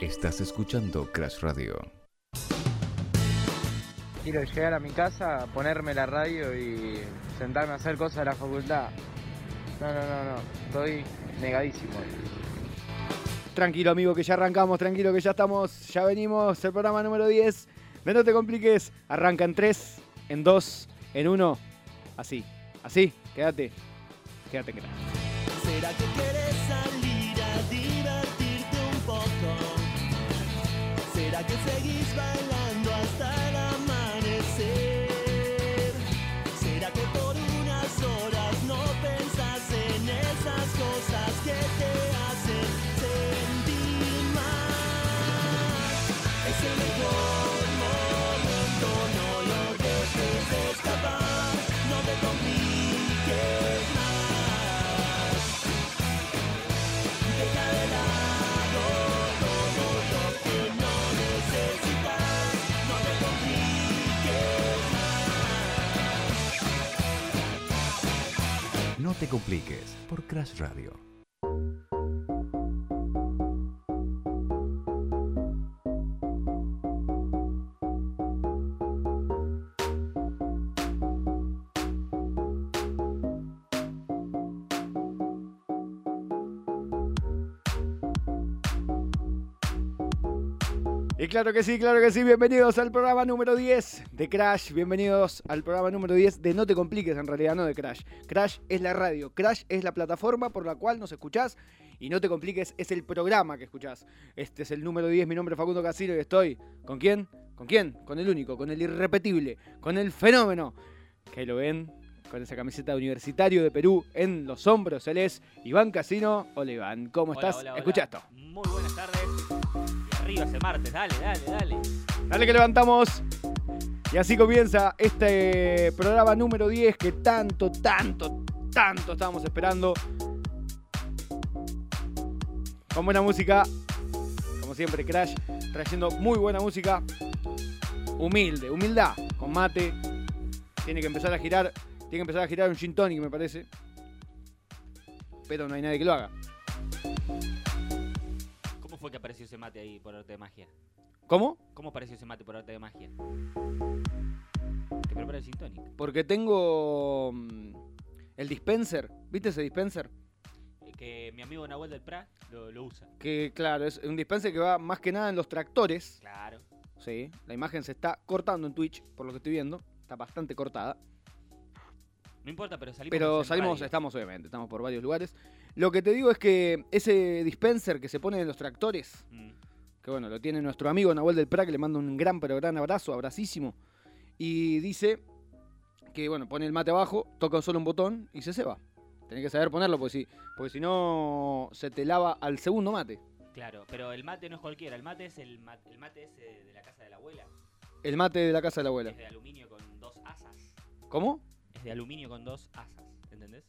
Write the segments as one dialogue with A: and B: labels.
A: Estás escuchando Crash Radio.
B: Quiero llegar a mi casa, ponerme la radio y sentarme a hacer cosas de la facultad. No, no, no, no. Estoy negadísimo.
C: Tranquilo, amigo, que ya arrancamos, tranquilo, que ya estamos, ya venimos, el programa número 10. De no te compliques, arranca en 3, en 2, en 1, así, así, quédate, quédate, quédate.
D: ¿Será que quieres salir a divertirte un poco? ¿Será que seguís bailando hasta el amanecer? ¿Será que por unas horas no pensás en esas cosas que te hacen sentir mal? Es el mejor momento, no lo dejes escapar, no te compliques más. Deja de lado todo lo que no necesitas, no te compliques más.
A: No te compliques por Crash Radio.
C: Y claro que sí, claro que sí, bienvenidos al programa número 10 de Crash, bienvenidos al programa número 10 de No te compliques, en realidad no de Crash. Crash es la radio, Crash es la plataforma por la cual nos escuchás y No te compliques es el programa que escuchás. Este es el número 10, mi nombre es Facundo Casino y estoy ¿con quién? ¿Con quién? Con el único, con el irrepetible, con el fenómeno. Que ahí lo ven con esa camiseta de universitario de Perú en los hombros, él es Iván Casino. Hola Iván, ¿cómo
E: Hola,
C: estás?
E: hola, hola.
C: Escucha esto.
E: Muy buenas tardes. Y arriba ese martes, dale, dale, dale.
C: Dale que levantamos. Y así comienza este programa número 10 que tanto, tanto, tanto estábamos esperando. Con buena música. Como siempre, Crash trayendo muy buena música. Humilde, humildad, con mate. Tiene que empezar a girar. Tiene que empezar a girar un gin tonic, me parece. Pero no hay nadie que lo haga.
E: ¿Cómo fue que apareció ese mate ahí por arte de magia?
C: ¿Cómo?
E: ¿Cómo apareció ese mate por arte de magia? Te prepara el gin tonic.
C: Porque tengo mm, el dispenser. ¿Viste ese dispenser?
E: Eh, Que mi amigo Nahuel del Prat lo, lo usa.
C: Que claro, es un dispenser que va más que nada en los tractores.
E: Claro.
C: Sí, la imagen se está cortando en Twitch, por lo que estoy viendo. Está bastante cortada.
E: No importa, pero salimos.
C: Pero
E: en
C: salimos,
E: radio.
C: estamos obviamente, estamos por varios lugares. Lo que te digo es que ese dispenser que se pone en los tractores,
E: Mm.
C: que bueno, lo tiene nuestro amigo Nahuel del Prat, que le mando un gran pero gran abrazo, abracísimo. Y dice que bueno, pone el mate abajo, toca solo un botón y se ceba. Tenés que saber ponerlo, porque si, porque si no se te lava al segundo mate.
E: Claro, pero el mate no es cualquiera. El mate es el, ma- el mate ese de la casa de la abuela.
C: El mate de la casa de la abuela.
E: Es de aluminio con dos asas.
C: ¿Cómo?
E: Es de aluminio con dos asas. ¿Entendés?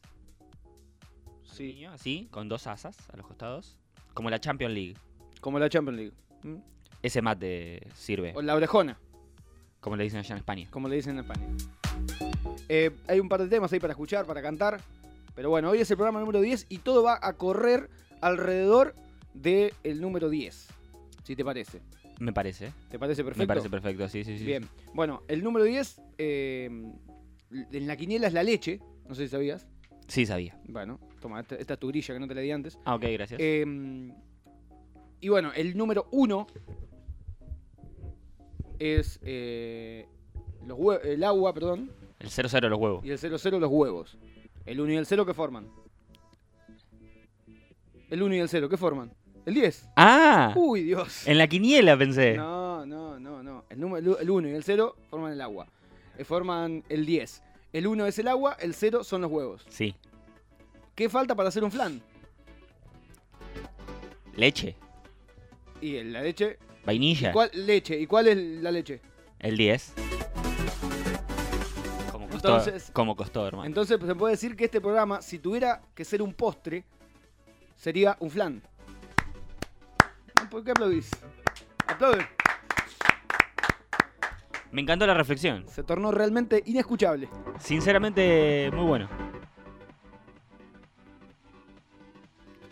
C: Sí.
E: Aluminio así, con dos asas a los costados. Como la Champions League.
C: Como la Champions League. ¿Mm?
E: Ese mate sirve.
C: O la orejona,
E: Como le dicen allá en España.
C: como le dicen en España. Eh, hay un par de temas ahí para escuchar, para cantar. Pero bueno, hoy es el programa número 10 y todo va a correr alrededor del número 10. Si te parece.
E: Me parece.
C: ¿Te parece perfecto?
E: Me parece perfecto, sí, sí, sí.
C: Bien. Bueno, el número 10 eh, en la quiniela es la leche. No sé si sabías.
E: Sí, sabía.
C: Bueno, toma, esta, esta es tu grilla que no te la di antes.
E: Ah, ok, gracias.
C: Eh, y bueno, el número uno es eh, los hue- el agua, perdón,
E: el 0-0 de los huevos.
C: y el 00 los huevos. El 1 y el 0, ¿qué forman? El 1 y el 0, ¿qué forman? El 10.
E: ¡Ah! Eh.
C: Uy, Dios.
E: en la quiniela pensé.
C: Uh. No, no, no, no. El, número, el 1 y el 0 forman el agua. Eh, Forman el 10. El 1 es el agua, el 0 son los huevos.
E: Sí.
C: ¿Qué falta para hacer un flan?
E: Leche.
C: Y el- la leche.
E: Vainilla.
C: ¿Cuál leche? ¿Y cuál es la leche?
E: El 10. Como costó,
C: Entonces-
E: como costó, hermano.
C: Entonces pues, se puede decir que este programa, si tuviera que ser un postre, sería un flan. ¿Por qué aplaudís? Aplauden.
E: Me encantó la reflexión.
C: Se tornó realmente inescuchable.
E: Sinceramente, muy bueno.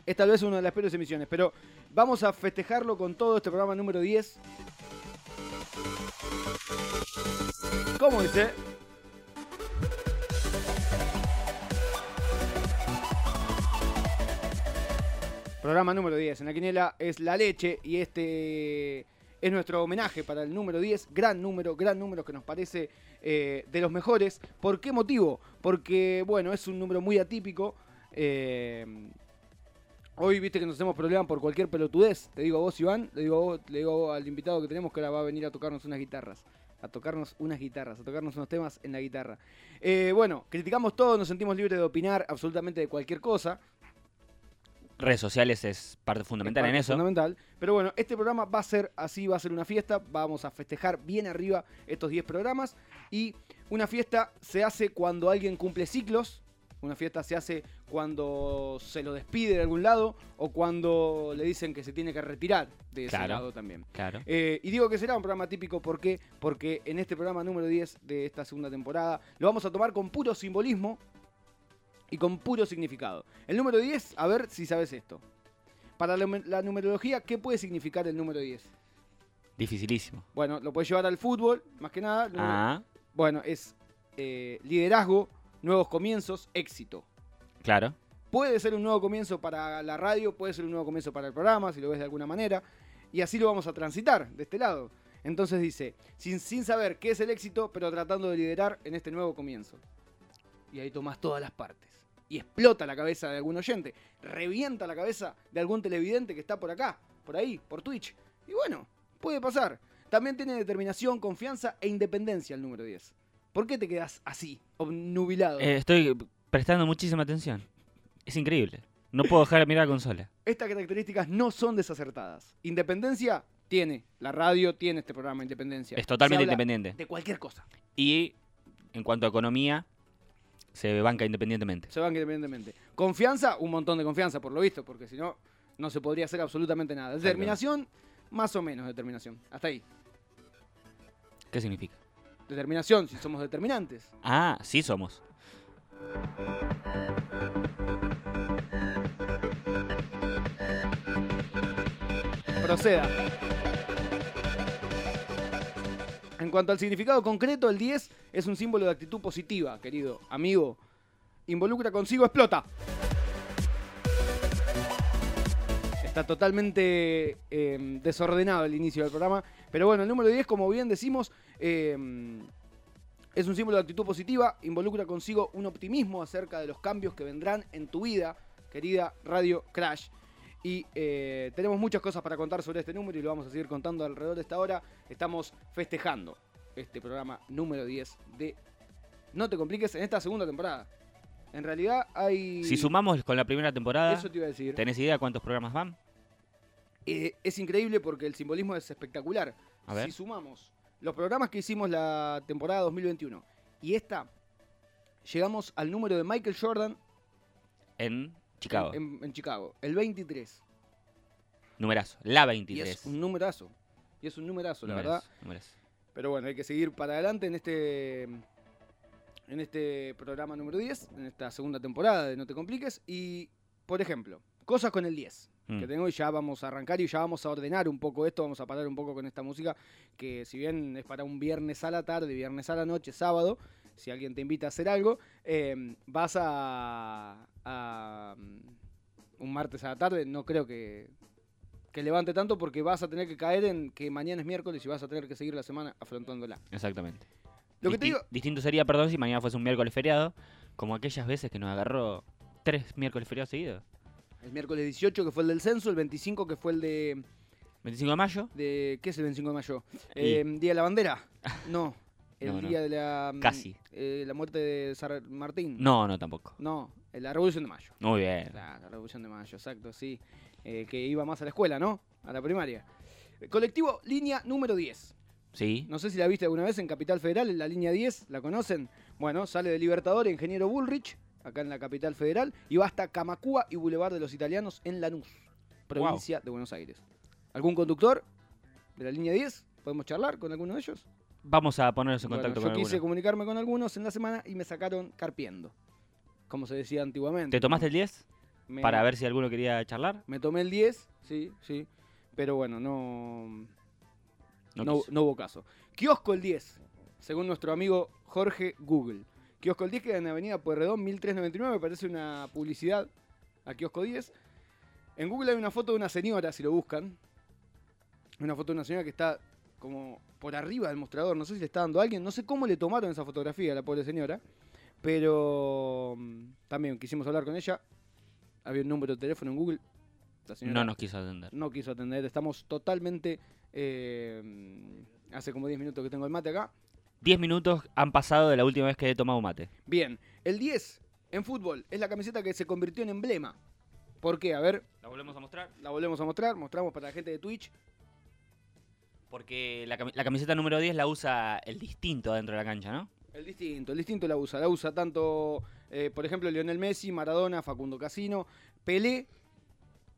C: Es tal vez una de las peores emisiones, pero vamos a festejarlo con todo este programa número 10. ¿Cómo dice? Programa número 10. En la quiniela es la leche y este es nuestro homenaje para el número 10. Gran número, gran número que nos parece eh, de los mejores. ¿Por qué motivo? Porque, bueno, es un número muy atípico. Eh, hoy viste que nos hacemos problemas por cualquier pelotudez. Te digo a vos, Iván, le digo a vos, le digo al invitado que tenemos que ahora va a venir a tocarnos unas guitarras. A tocarnos unas guitarras, a tocarnos unos temas en la guitarra. Eh, bueno, criticamos todo, nos sentimos libres de opinar absolutamente de cualquier cosa.
E: Redes sociales es parte fundamental
C: Es
E: en
C: parte
E: eso.
C: Fundamental. Pero bueno, este programa va a ser así, va a ser una fiesta. Vamos a festejar bien arriba estos 10 programas. Y una fiesta se hace cuando alguien cumple ciclos. Una fiesta se hace cuando se lo despide de algún lado o cuando le dicen que se tiene que retirar de ese
E: Claro.
C: lado también.
E: Claro.
C: Eh, y digo que será un programa típico, ¿por qué? Porque en este programa número 10 de esta segunda temporada lo vamos a tomar con puro simbolismo y con puro significado. El número 10, a ver si sabes esto. Para la, numer- la numerología, ¿qué puede significar el número 10?
E: Dificilísimo.
C: Bueno, lo puedes llevar al fútbol, más que nada. Número-
E: Ah,
C: Bueno, es eh, liderazgo, nuevos comienzos, éxito.
E: claro.
C: Puede ser un nuevo comienzo para la radio, puede ser un nuevo comienzo para el programa, si lo ves de alguna manera. Y así lo vamos a transitar de este lado. Entonces dice, sin, sin saber qué es el éxito, pero tratando de liderar en este nuevo comienzo. Y ahí tomás todas las partes. Y explota la cabeza de algún oyente. Revienta la cabeza de algún televidente que está por acá, por ahí, por Twitch. Y bueno, puede pasar. También tiene determinación, confianza e independencia el número 10. ¿Por qué te quedas así, obnubilado?
E: Eh, estoy prestando muchísima atención. Es increíble. No puedo dejar de mirar la consola.
C: estas características no son desacertadas. Independencia tiene, la radio tiene este programa Independencia.
E: Es totalmente
C: Se habla
E: independiente.
C: De cualquier cosa.
E: Y en cuanto a economía, se banca independientemente.
C: Se van independientemente. Confianza, un montón de confianza, por lo visto, porque si no, no se podría hacer absolutamente nada. Determinación, más o menos determinación. Hasta ahí.
E: ¿Qué significa?
C: Determinación, si somos determinantes.
E: Ah, sí somos.
C: Proceda. En cuanto al significado concreto, el 10 es un símbolo de actitud positiva, querido amigo. Involucra consigo, explota. Está totalmente eh, desordenado el inicio del programa. Pero bueno, el número 10, como bien decimos, eh, es un símbolo de actitud positiva. Involucra consigo un optimismo acerca de los cambios que vendrán en tu vida, querida Radio Crash. Y eh, tenemos muchas cosas para contar sobre este número y lo vamos a seguir contando alrededor de esta hora. Estamos festejando este programa número 10 de No te compliques en esta segunda temporada. En realidad hay...
E: Si sumamos con la primera temporada,
C: Eso te iba a decir.
E: ¿tenés idea cuántos programas van?
C: Eh, es increíble porque el simbolismo es espectacular.
E: A ver.
C: Si sumamos los programas que hicimos la temporada 2021 y esta, llegamos al número de Michael Jordan
E: En Chicago.
C: En, en Chicago, el 23.
E: Numerazo. La
C: Y
E: 23.
C: es un numerazo. Y es un numerazo, la
E: Numerazo,
C: verdad.
E: numerazo.
C: Pero bueno, hay que seguir para adelante en este en este programa número 10, en esta segunda temporada de No te compliques y por ejemplo, cosas con el 10.
E: Mm.
C: Que tengo y ya vamos a arrancar y ya vamos a ordenar un poco esto, vamos a parar un poco con esta música que si bien es para un viernes a la tarde, viernes a la noche, sábado, si alguien te invita a hacer algo, eh, vas a, a, mm, un martes a la tarde, no creo que, que levante tanto porque vas a tener que caer en que mañana es miércoles y vas a tener que seguir la semana afrontándola.
E: Exactamente.
C: Lo que te
E: Disti-
C: digo,
E: Distinto sería, perdón, si mañana fuese un miércoles feriado, como aquellas veces que nos agarró tres miércoles feriados seguidos.
C: el miércoles 18 que fue el del censo, el 25 que fue el de...
E: 25 de mayo,
C: de ¿Qué es el 25 de mayo?
E: Y-
C: Eh, ¿Día de la bandera? No. El
E: No, no.
C: día de la... mm,
E: Casi.
C: eh, la muerte de San Martín.
E: no, no tampoco.
C: No, eh, la revolución de mayo.
E: Muy bien.
C: La, la Revolución de Mayo, exacto, sí. Eh, que iba más a la escuela, ¿no? A la primaria. Colectivo Línea número 10.
E: Sí.
C: No sé si la viste alguna vez en Capital Federal, en la línea 10, ¿la conocen? Bueno, sale de Libertador, Ingeniero Bullrich, acá en la Capital Federal, y va hasta Camacúa y Boulevard de los Italianos en Lanús, provincia de Buenos Aires. ¿Algún conductor de la línea 10? ¿Podemos charlar con alguno de ellos?
E: Vamos a ponernos en
C: Bueno,
E: contacto
C: yo
E: con
C: quise
E: alguno.
C: comunicarme con algunos en la semana y me sacaron carpiendo, como se decía antiguamente.
E: ¿Te tomaste el 10?
C: Me-
E: para ver si alguno quería charlar.
C: Me tomé el 10, sí, sí. Pero bueno, no. No,
E: No quiso.
C: no hubo caso. Kiosco el 10, según nuestro amigo Jorge Google. Kiosco el 10 queda en Avenida Pueyrredón 1399, me parece una publicidad a Kiosco 10. En Google hay una foto de una señora, si lo buscan. Una foto de una señora que está como por arriba del mostrador. No sé si le está dando a alguien. No sé cómo le tomaron esa fotografía a la pobre señora. Pero mm, también quisimos hablar con ella. Había un número de teléfono en Google. La señora
E: No nos quiso atender.
C: no quiso atender. Estamos totalmente. eh, hace como 10 minutos que tengo el mate acá.
E: Diez minutos han pasado de la última vez que he tomado mate.
C: Bien, el 10 en fútbol es la camiseta que se convirtió en emblema. ¿Por qué? A ver,
E: La volvemos a mostrar.
C: la volvemos a mostrar. Mostramos para la gente de Twitch.
E: Porque la, cami- la camiseta número 10 la usa el distinto dentro de la cancha, ¿no?
C: El distinto, el distinto la usa. La usa tanto, eh, por ejemplo, Lionel Messi, Maradona, Facundo Casino, Pelé.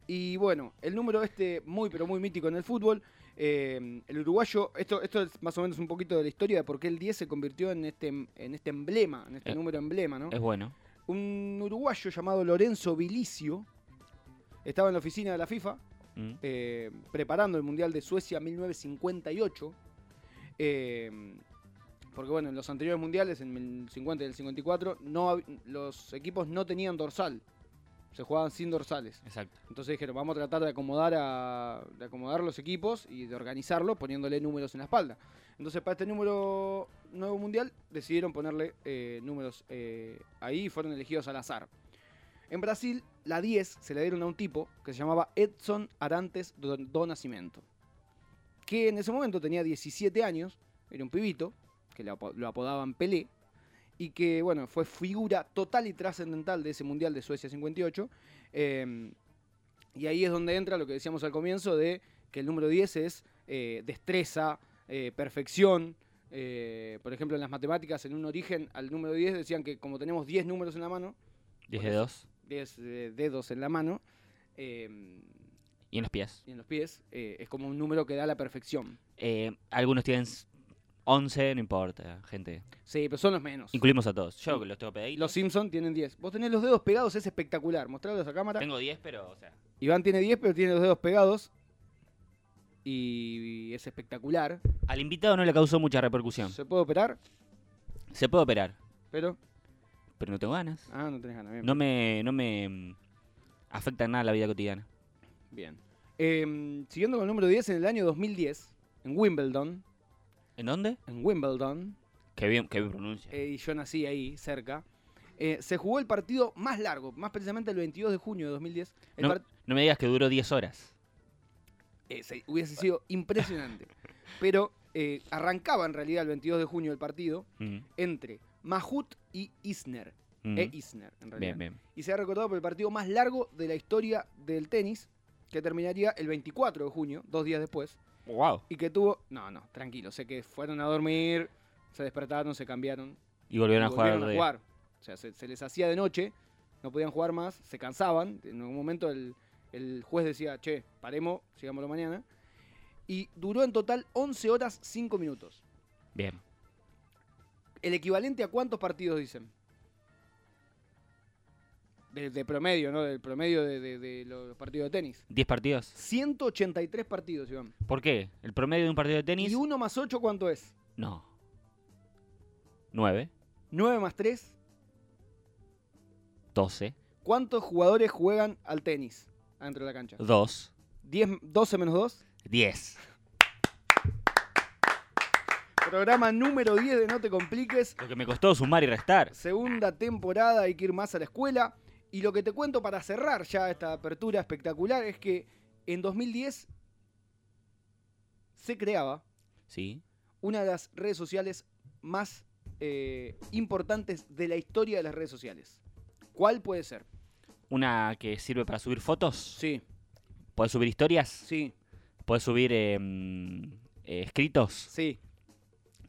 C: Y bueno, el número este muy, pero muy mítico en el fútbol. eh, el uruguayo, esto, esto es más o menos un poquito de la historia de por qué el 10 se convirtió en este, en este emblema, en este
E: Eh,
C: número emblema, ¿no?
E: Es bueno.
C: un uruguayo llamado Lorenzo Bilicio estaba en la oficina de la FIFA
E: Mm.
C: eh, preparando el Mundial de Suecia 1958. eh, porque bueno, en los anteriores mundiales, en el 50 y el 54, no, hab- los equipos no tenían dorsal. Se jugaban sin dorsales.
E: Exacto.
C: Entonces dijeron, vamos a tratar de acomodar, a, de acomodar los equipos y de organizarlo poniéndole números en la espalda. Entonces para este número nuevo mundial decidieron ponerle eh, números eh, ahí y fueron elegidos al azar. En Brasil, la 10 se la dieron a un tipo que se llamaba Edson Arantes do, do Nascimento, que en ese momento tenía 17 años, era un pibito, que lo, apo- lo apodaban Pelé, y que bueno, fue figura total y trascendental de ese Mundial de Suecia 58. eh, y ahí es donde entra lo que decíamos al comienzo de que el número 10 es eh, destreza, eh, perfección. eh, por ejemplo, en las matemáticas, en un origen, al número 10 decían que como tenemos 10 números en la mano,
E: 10
C: Por
E: de
C: eso.
E: 2.
C: 10 eh, dedos en la mano eh,
E: Y en los pies.
C: y en los pies, eh, es como un número que da la perfección.
E: Eh, algunos tienen s- 11, no importa, gente.
C: Sí, pero son los menos.
E: Incluimos a todos. Yo que los tengo
C: Y
E: pegaditos.
C: Los Simpson tienen 10. Vos tenés los dedos pegados, es espectacular. Mostralos a cámara.
E: Tengo 10, pero, o sea,
C: Iván tiene 10, pero tiene los dedos pegados. Y es espectacular.
E: al invitado no le causó mucha repercusión.
C: Se puede operar,
E: Se puede operar,
C: pero.
E: pero no tengo ganas.
C: Ah, no tenés ganas. Bien.
E: No me, no me mm, afecta en nada la vida cotidiana.
C: Bien. Eh, siguiendo con el número 10, en el año 2010, en Wimbledon.
E: ¿En dónde?
C: En Wimbledon.
E: Qué bien, qué bien pronuncia.
C: eh, y yo nací ahí, cerca. eh, se jugó el partido más largo, más precisamente el 22 de junio de 2010. El
E: no,
C: par-
E: no me digas que duró 10 horas.
C: Eh, se- hubiese sido impresionante. Pero eh, arrancaba en realidad el 22 de junio el partido
E: Mm,
C: entre Mahut y Isner.
E: mm.
C: E Isner, en realidad.
E: Bien, bien.
C: Y se ha recordado por el partido más largo de la historia del tenis, que terminaría el 24 de junio, dos días después,
E: Wow.
C: y que tuvo... No, no, tranquilo, sé que fueron a dormir, se despertaron, se cambiaron,
E: Y volvieron a
C: y
E: jugar.
C: volvieron
E: de-
C: jugar. O sea, se, se les hacía de noche, no podían jugar más, se cansaban. En algún momento el, el juez decía, che, paremos, sigámoslo mañana. Y duró en total 11 horas 5 minutos.
E: Bien.
C: ¿El equivalente a cuántos partidos dicen? De, de promedio, ¿no? Del promedio de, de- de los partidos de tenis.
E: 10 partidos.
C: 183 partidos, Iván.
E: ¿Por qué? ¿El promedio de un partido de tenis?
C: ¿Y 1 más 8 cuánto es?
E: No. 9,
C: 9 más 3.
E: 12,
C: ¿Cuántos jugadores juegan al tenis adentro de la cancha?
E: 2,
C: 10, 12 menos 2.
E: 10.
C: Programa número 10 de No Te Compliques.
E: Lo que me costó sumar y restar.
C: Segunda temporada, hay que ir más a la escuela. Y lo que te cuento para cerrar ya esta apertura espectacular es que en 2010 se creaba
E: Sí.
C: una de las redes sociales más eh, importantes de la historia de las redes sociales. ¿Cuál puede ser?
E: Una que sirve para subir fotos.
C: Sí,
E: ¿Puedes subir historias?
C: sí,
E: ¿Puedes subir eh, mm, eh, escritos?
C: sí,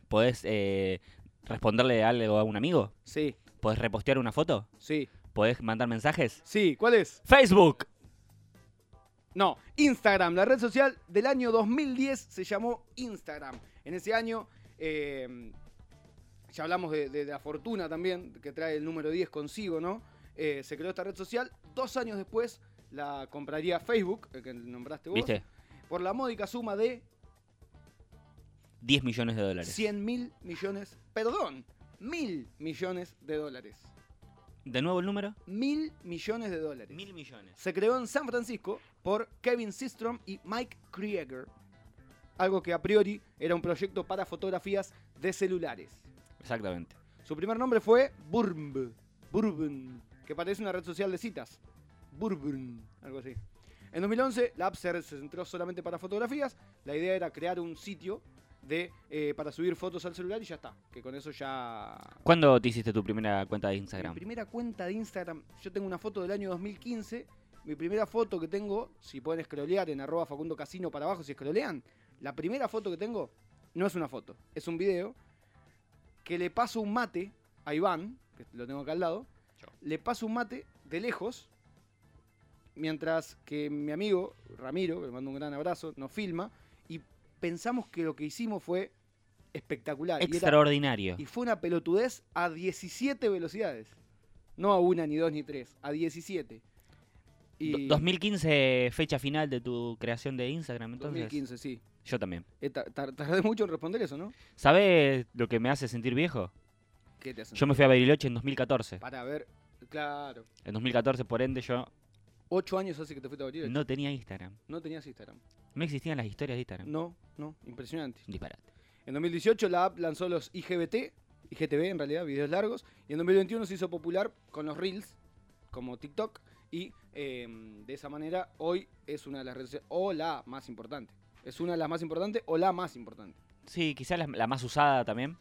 E: ¿Puedes eh, responderle algo a un amigo?
C: sí,
E: ¿Puedes repostear una foto?
C: sí.
E: ¿Puedes mandar mensajes?
C: Sí, ¿cuál es?
E: ¡Facebook!
C: No, Instagram, la red social del año 2010 se llamó Instagram. En ese año em, eh, ya hablamos de, de la fortuna también que trae el número 10 consigo, ¿no? eh, se creó esta red social. Dos años después la compraría Facebook, el que nombraste vos,
E: ¿Viste?
C: por la módica suma de
E: 10 millones de dólares.
C: 100 mil millones, perdón, mil millones de dólares.
E: ¿De nuevo el número?
C: Mil millones de dólares.
E: Mil millones.
C: Se creó en San Francisco por Kevin Systrom y Mike Krieger. Algo que a priori era un proyecto para fotografías de celulares.
E: Exactamente.
C: Su primer nombre fue Burb. Bourbon, que parece una red social de citas. Bourbon, algo así. En 2011, la app se se centró solamente para fotografías. La idea era crear un sitio de, eh, para subir fotos al celular y ya está. Que con eso ya...
E: ¿Cuándo te hiciste tu primera cuenta de
C: Mi
E: Instagram?
C: primera cuenta de Instagram, yo tengo una foto del año 2015. Mi primera foto que tengo, si pueden scrollear en arroba Facundo Casino para abajo, si scrollean, la primera foto que tengo no es una foto, es un video que le paso un mate a Iván, que lo tengo acá al lado, le paso un mate de lejos, mientras que mi amigo Ramiro, que le mando un gran abrazo, nos filma y pensamos que lo que hicimos fue espectacular. y era-
E: Extraordinario.
C: y fue una pelotudez a 17 velocidades. No a una, ni dos, ni tres. A 17.
E: Do- 2015, fecha final de tu creación de Instagram, entonces.
C: 2015, sí.
E: Yo también.
C: Eh, ta- tar- tardé mucho en responder eso, ¿no?
E: ¿Sabes lo que me hace sentir viejo?
C: ¿Qué te hacen?
E: Yo me fui a Bariloche en 2014.
C: Para ver. Claro.
E: En 2014, por ende, yo
C: Ocho años hace que te fuiste a Bariloche. No.
E: no tenía Instagram.
C: tenías Instagram.
E: No existían las historias de Instagram.
C: No, no. Impresionante.
E: Un Disparate.
C: En 2018 la app lanzó los IGBT, IGTV en realidad, videos largos. Y en 2021 se hizo popular con los Reels, como TikTok. Y eh, de esa manera hoy es una de las redes sociales, o la más importante. Es una de las más importantes o la más importante.
E: Sí, quizás la, la más usada también,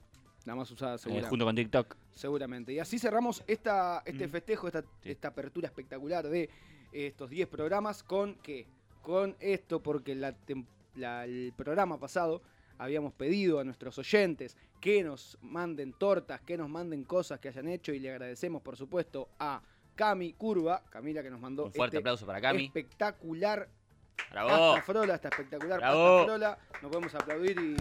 C: La más usada
E: eh,
C: seguramente.
E: junto con TikTok.
C: seguramente. Y así cerramos esta, este
E: Mm.
C: festejo, esta, esta apertura espectacular de estos 10 programas con qué? Con esto, porque la tem- la- el programa pasado habíamos pedido a nuestros oyentes que nos manden tortas, que nos manden cosas que hayan hecho y le agradecemos por supuesto a Cami Curva, Camila que nos mandó
E: Un fuerte
C: este
E: aplauso para Cami.
C: espectacular
E: ¡Bravo!
C: Pasta Frola, está espectacular.
E: Bravo.
C: Pasta Frola, nos podemos aplaudir y.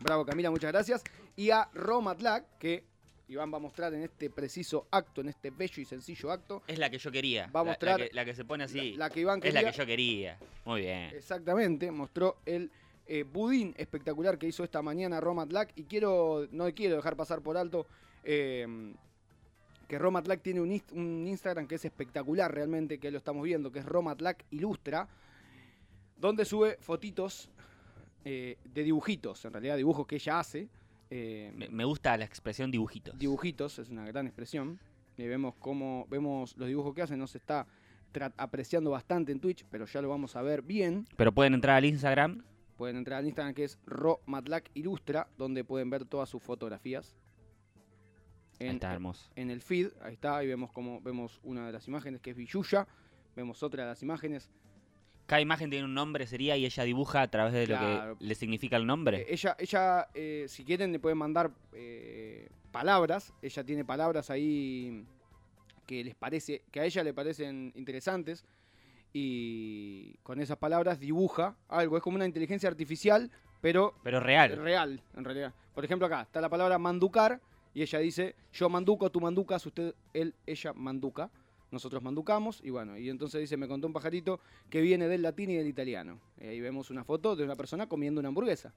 C: Bravo Camila, muchas gracias. Y a Romatlac, que Iván va a mostrar en este preciso acto, en este bello y sencillo acto.
E: Es la que yo quería.
C: Va a
E: La- la
C: mostrar
E: que- la, que, se pone así.
C: La, la que Iván
E: Ah, es la
C: quería. Eh,
E: que yo quería. Muy bien.
C: Exactamente, mostró el eh, budín espectacular que hizo esta mañana Romatlac. Y quiero, no quiero dejar pasar por alto eh, que Romatlac tiene un, inst- un Instagram que es espectacular realmente, que lo estamos viendo, que es Romatlac Ilustra, donde sube fotitos eh, de dibujitos, en realidad dibujos que ella hace. eh,
E: Me, me gusta la expresión dibujitos.
C: dibujitos, es una gran expresión. Y vemos cómo vemos los dibujos que hace, no se está tra- apreciando bastante en Twitch, pero ya lo vamos a ver bien.
E: Pero pueden entrar al Instagram.
C: Pueden entrar al Instagram que es Romatlac Ilustra, donde pueden ver todas sus fotografías.
E: Ahí
C: En, eh,
E: está hermoso.
C: en el feed, ahí está, y vemos como vemos una de las imágenes que es Villuya, vemos otra de las imágenes.
E: Cada imagen tiene un nombre, sería, y ella dibuja a través de
C: Claro.
E: lo que le significa el
C: Eh,
E: nombre.
C: ella, ella eh, si quieren, le pueden mandar eh, palabras. Ella tiene palabras ahí que les parece, que a ella le parecen interesantes. Y con esas palabras dibuja algo. Es como una inteligencia artificial, pero
E: pero real.
C: Real, en realidad. Por ejemplo, acá está la palabra manducar y ella dice, yo manduco, tú manducas, usted, él, ella manduca. Nosotros manducamos y bueno, y entonces dice, me contó un pajarito que viene del latín y del italiano. Y ahí vemos una foto de una persona comiendo una hamburguesa.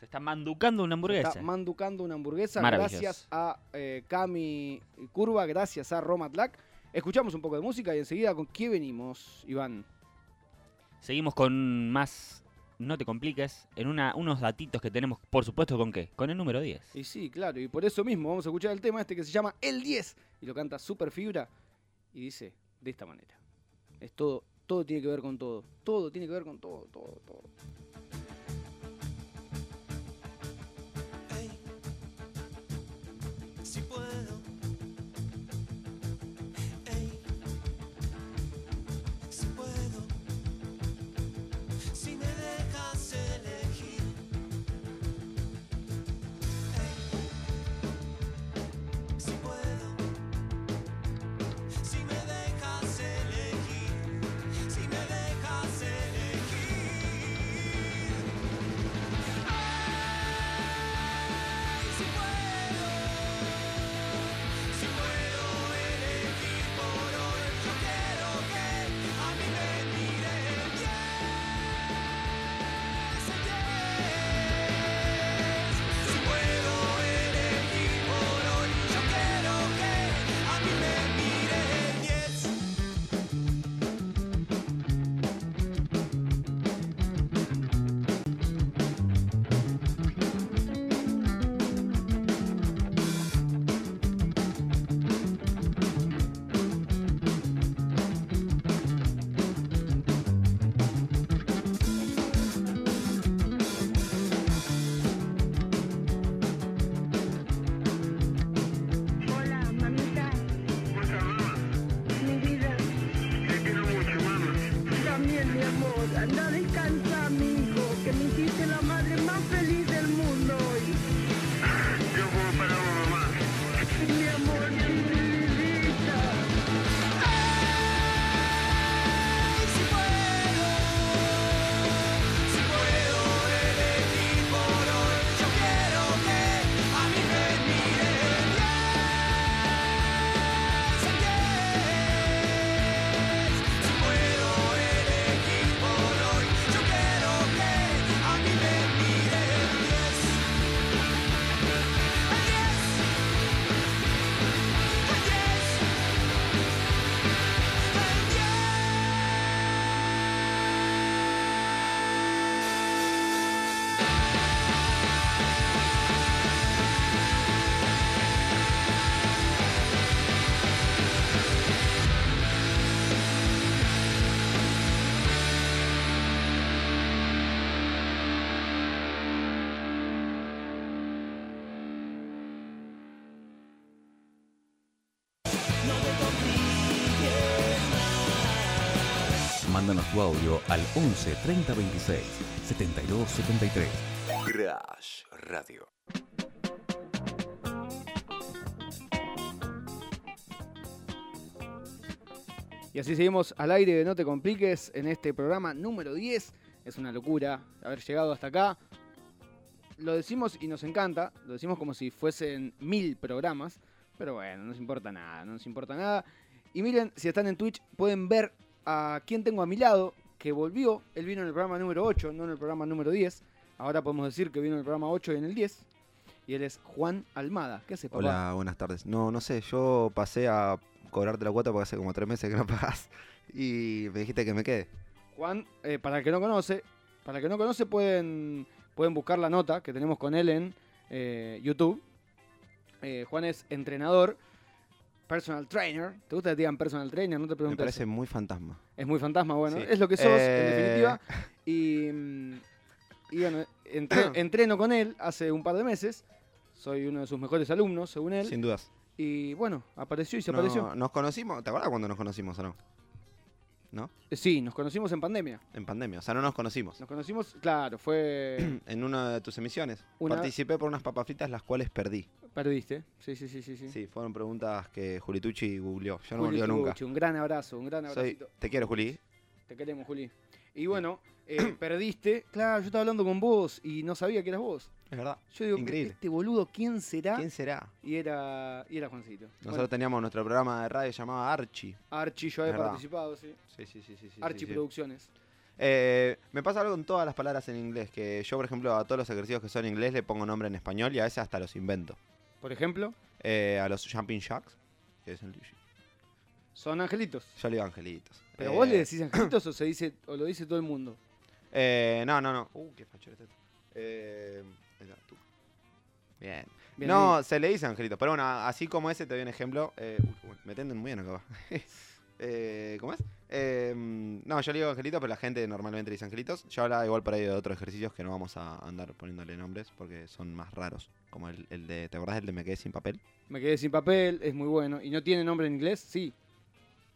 E: Se está manducando una hamburguesa.
C: Está manducando una hamburguesa
E: Maravilloso.
C: gracias a eh, Cami Curva, gracias a Romatlac. Escuchamos un poco de música y enseguida con qué venimos, Iván.
E: Seguimos con más. No te compliques. En una, unos datitos que tenemos, por supuesto, ¿con qué? Con el número 10.
C: Y sí, claro, y por eso mismo vamos a escuchar el tema este que se llama El 10 y lo canta Superfibra y dice de esta manera. Es todo, todo tiene que ver con todo, todo tiene que ver con todo, todo, todo.
D: Hey, si puedo. Hey, si puedo. Si me dejas elegir. Hey, si puedo. Si me dejas elegir. Si me dejas elegir. Si puedo,
F: Anda, descansa, mijo, que me hiciste la madre más feliz del mundo hoy. Yo puedo para vos, mamá. Mi amor, mi
D: Si puedo, si puedo elegir por hoy, yo quiero que a mí me miren diez en diez. Si puedo elegir por hoy, yo quiero que a mí me miren diez en diez, en diez, en diez.
A: Mándanos tu audio al 11 30 26 72 73. Crash Radio.
C: Y así seguimos al aire de No Te Compliques en este programa número 10. Es una locura haber llegado hasta acá. Lo decimos y nos encanta, lo decimos como si fuesen mil programas, pero bueno, no nos importa nada, no nos importa nada. Y miren, si están en Twitch, pueden ver a quién tengo a mi lado, que volvió. Él vino en el programa número 8, no en el programa número 10. Ahora podemos decir que vino en el programa 8 y en el 10. Y él es Juan Almada. ¿Qué hace, papá?
G: Hola, Ah, buenas tardes. No, no sé, yo pasé a cobrarte la cuota porque hace como tres meses que no pagas y me dijiste que me quede.
C: Juan, eh, para el que no conoce, para el que no conoce pueden, pueden buscar la nota que tenemos con él en eh, YouTube. Eh, Juan es entrenador, personal trainer. ¿Te gusta que te digan personal trainer? No te
G: Me
C: preguntes.
G: parece muy fantasma.
C: Es muy fantasma, bueno.
G: Sí.
C: Es lo que sos, en
G: Eh.
C: definitiva. Y, mm, y bueno, entre- entreno con él hace un par de meses. Soy uno de sus mejores alumnos, según él.
G: Sin dudas.
C: Y bueno, apareció y se
G: No,
C: apareció.
G: Nos conocimos, ¿te acuerdas cuando nos conocimos o no? ¿No?
C: Eh, Sí, nos conocimos en pandemia.
G: En pandemia, o sea, no nos conocimos.
C: Nos conocimos, claro, fue...
G: En una de tus emisiones.
C: Una-
G: Participé por unas papas fritas las cuales perdí.
C: Perdiste. Sí, sí, sí, sí. sí.
G: Sí, fueron preguntas que Julitucci googleó. Yo no me
C: Juli
G: olvido nunca.
C: Tucci, Un gran abrazo, un gran
G: Soy-
C: abracito.
G: Te quiero, Juli.
C: Te queremos, Juli. Y bueno, eh, perdiste. Claro, yo estaba hablando con vos y no sabía que eras vos.
G: Es verdad.
C: Yo digo,
G: Increíble.
C: este boludo, ¿quién será?
G: ¿Quién será?
C: Y era, y era Juancito.
G: Nosotros teníamos nuestro programa de radio llamado Archie.
C: Bueno, Archie, yo había
G: Verdad.
C: participado, sí.
G: Sí, sí, sí, sí. sí,
C: Archie
G: sí, sí.
C: Producciones.
G: Eh, me pasa algo con todas las palabras en inglés, que yo, por ejemplo, a todos los ejercicios que son en inglés le pongo nombre en español y a veces hasta los invento.
C: Por ejemplo,
G: Eh, a los jumping jacks, que es el...
C: son angelitos.
G: Yo le digo angelitos.
C: Pero
G: Eh,
C: vos le decís angelitos o se dice, o lo dice todo el mundo.
G: eh, no, no, no. Uh, qué fachero este. Eh, ahí está, tú. Bien.
C: Bien
G: No, se le dice angelitos, pero bueno, así como ese te doy un ejemplo. eh, uy, qué bueno, me tienden muy bien acá. va. Eh, ¿Cómo es? Eh, no, yo le digo angelitos, pero la gente normalmente le dice angelitos. Yo hablaba igual por ahí de otros ejercicios que no vamos a andar poniéndole nombres porque son más raros. Como el, el de, ¿te acordás del de me quedé sin papel?
C: Me quedé sin papel, es muy bueno. ¿Y no tiene nombre en inglés? Sí.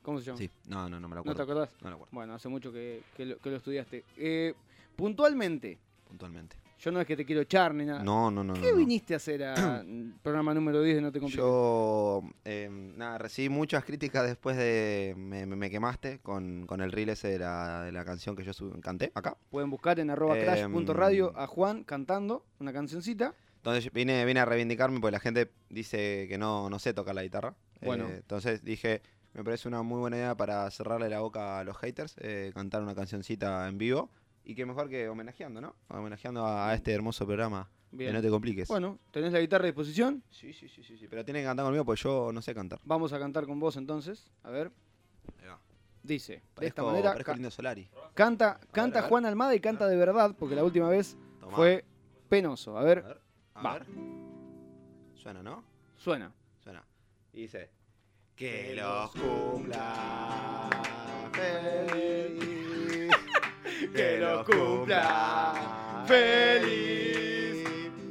C: ¿Cómo se llama?
G: Sí, no, no, no me lo
C: ¿No te
G: acuerdo.
C: acordás?
G: No, lo acuerdo,
C: Bueno, hace mucho que, que lo, que lo estudiaste. Eh, puntualmente,
G: puntualmente.
C: yo no es que te quiero echar ni nada.
G: No, no, no.
C: Ah. ¿Qué
G: no, no.
C: viniste a hacer al programa número 10 de No Te Compliques?
G: Yo, eh, nada, recibí muchas críticas después de Me, me- me quemaste con, con el reel ese de la, de la canción que yo sub- canté acá.
C: Pueden buscar en arroba
G: Em,
C: crash.radio a Juan cantando una cancioncita.
G: Entonces yo vine, vine a reivindicarme porque la gente dice que no, no sé tocar la guitarra.
C: Bueno.
G: Eh, entonces dije, me parece una muy buena idea para cerrarle la boca a los haters, eh, cantar una cancioncita en vivo. Y qué mejor que homenajeando, ¿no? Homenajeando a, a este hermoso programa.
C: Bien.
G: Que no te compliques.
C: Bueno, ¿tenés la guitarra a disposición?
G: Sí, sí, sí, sí, sí. Pero tienen que cantar conmigo porque yo no sé cantar.
C: Vamos a cantar con vos entonces. A ver,
G: Ahí va.
C: dice. de esta
G: Parezco-
C: manera,
G: parezco
C: ca-
G: Lindo Solari.
C: canta,
G: a ver, a
C: canta
G: ver.
C: Juan Almada y canta de verdad, porque la última vez
G: Tomá.
C: fue penoso. A ver,
G: A ver, a
C: Va.
G: ver. Suena, ¿no?
C: suena.
G: Suena. Y dice. Que los cumpla feliz. Que los cumpla feliz.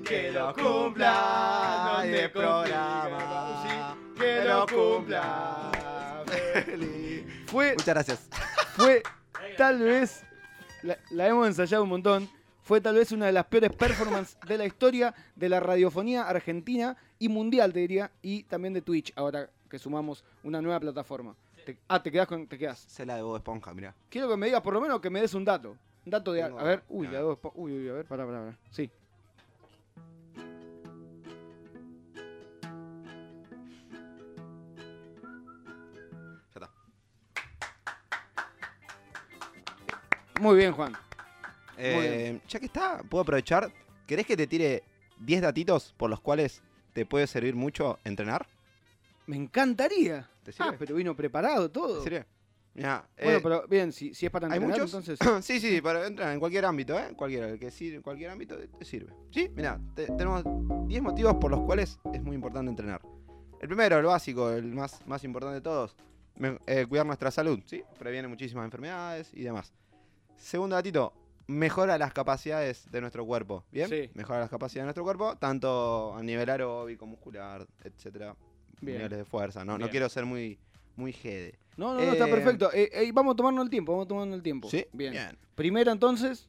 G: Que los cumpla de programa. Que los cumpla feliz.
C: Fue,
G: Muchas gracias.
C: fue tal vez la, la hemos ensayado un montón. Fue tal vez una de las peores performances de la historia de la radiofonía argentina y mundial, te diría, y también de Twitch, ahora que sumamos una nueva plataforma. Te- ah, te quedás con. Te quedás.
G: Se la de Bob Esponja, mirá.
C: Quiero que me digas, por lo menos, que me des un dato. Un dato de.
G: Tengo-
C: A ver, uy,
G: a
C: la
G: ver.
C: dos. Uy, uy, a ver, pará, pará, pará. Sí.
G: Ya está.
C: Muy bien, Juan.
G: Eh, ya que está, puedo aprovechar. ¿Querés que te tire 10 datitos por los cuales te puede servir mucho entrenar?
C: Me encantaría.
G: ¿Te sirve?
C: Ah, pero vino preparado todo.
G: ¿En serio? Mirá,
C: Bueno,
G: eh,
C: pero bien, si, si es para
G: ¿Hay
C: entrenar,
G: muchos?
C: entonces. eh.
G: sí, sí, para entrar en cualquier ámbito, ¿eh? Cualquiera, el que sirve, cualquier ámbito te sirve. Sí, mira, tenemos 10 motivos por los cuales es muy importante entrenar. El primero, el básico, el más, más importante de todos, me- eh, cuidar nuestra salud, ¿sí? Previene muchísimas enfermedades y demás. Segundo datito, mejora las capacidades de nuestro cuerpo, ¿bien?
C: Sí.
G: Mejora las capacidades de nuestro cuerpo, tanto a nivel aeróbico, muscular, etcétera,
C: Bien.
G: niveles de fuerza, ¿no? No
E: Bien.
G: quiero ser muy, muy jede.
C: No, no, no, está
G: Eh,
C: perfecto. Eh, eh, vamos tomando el tiempo, vamos tomando el tiempo.
G: ¿Sí?
C: Bien.
G: Bien.
C: Primero, entonces,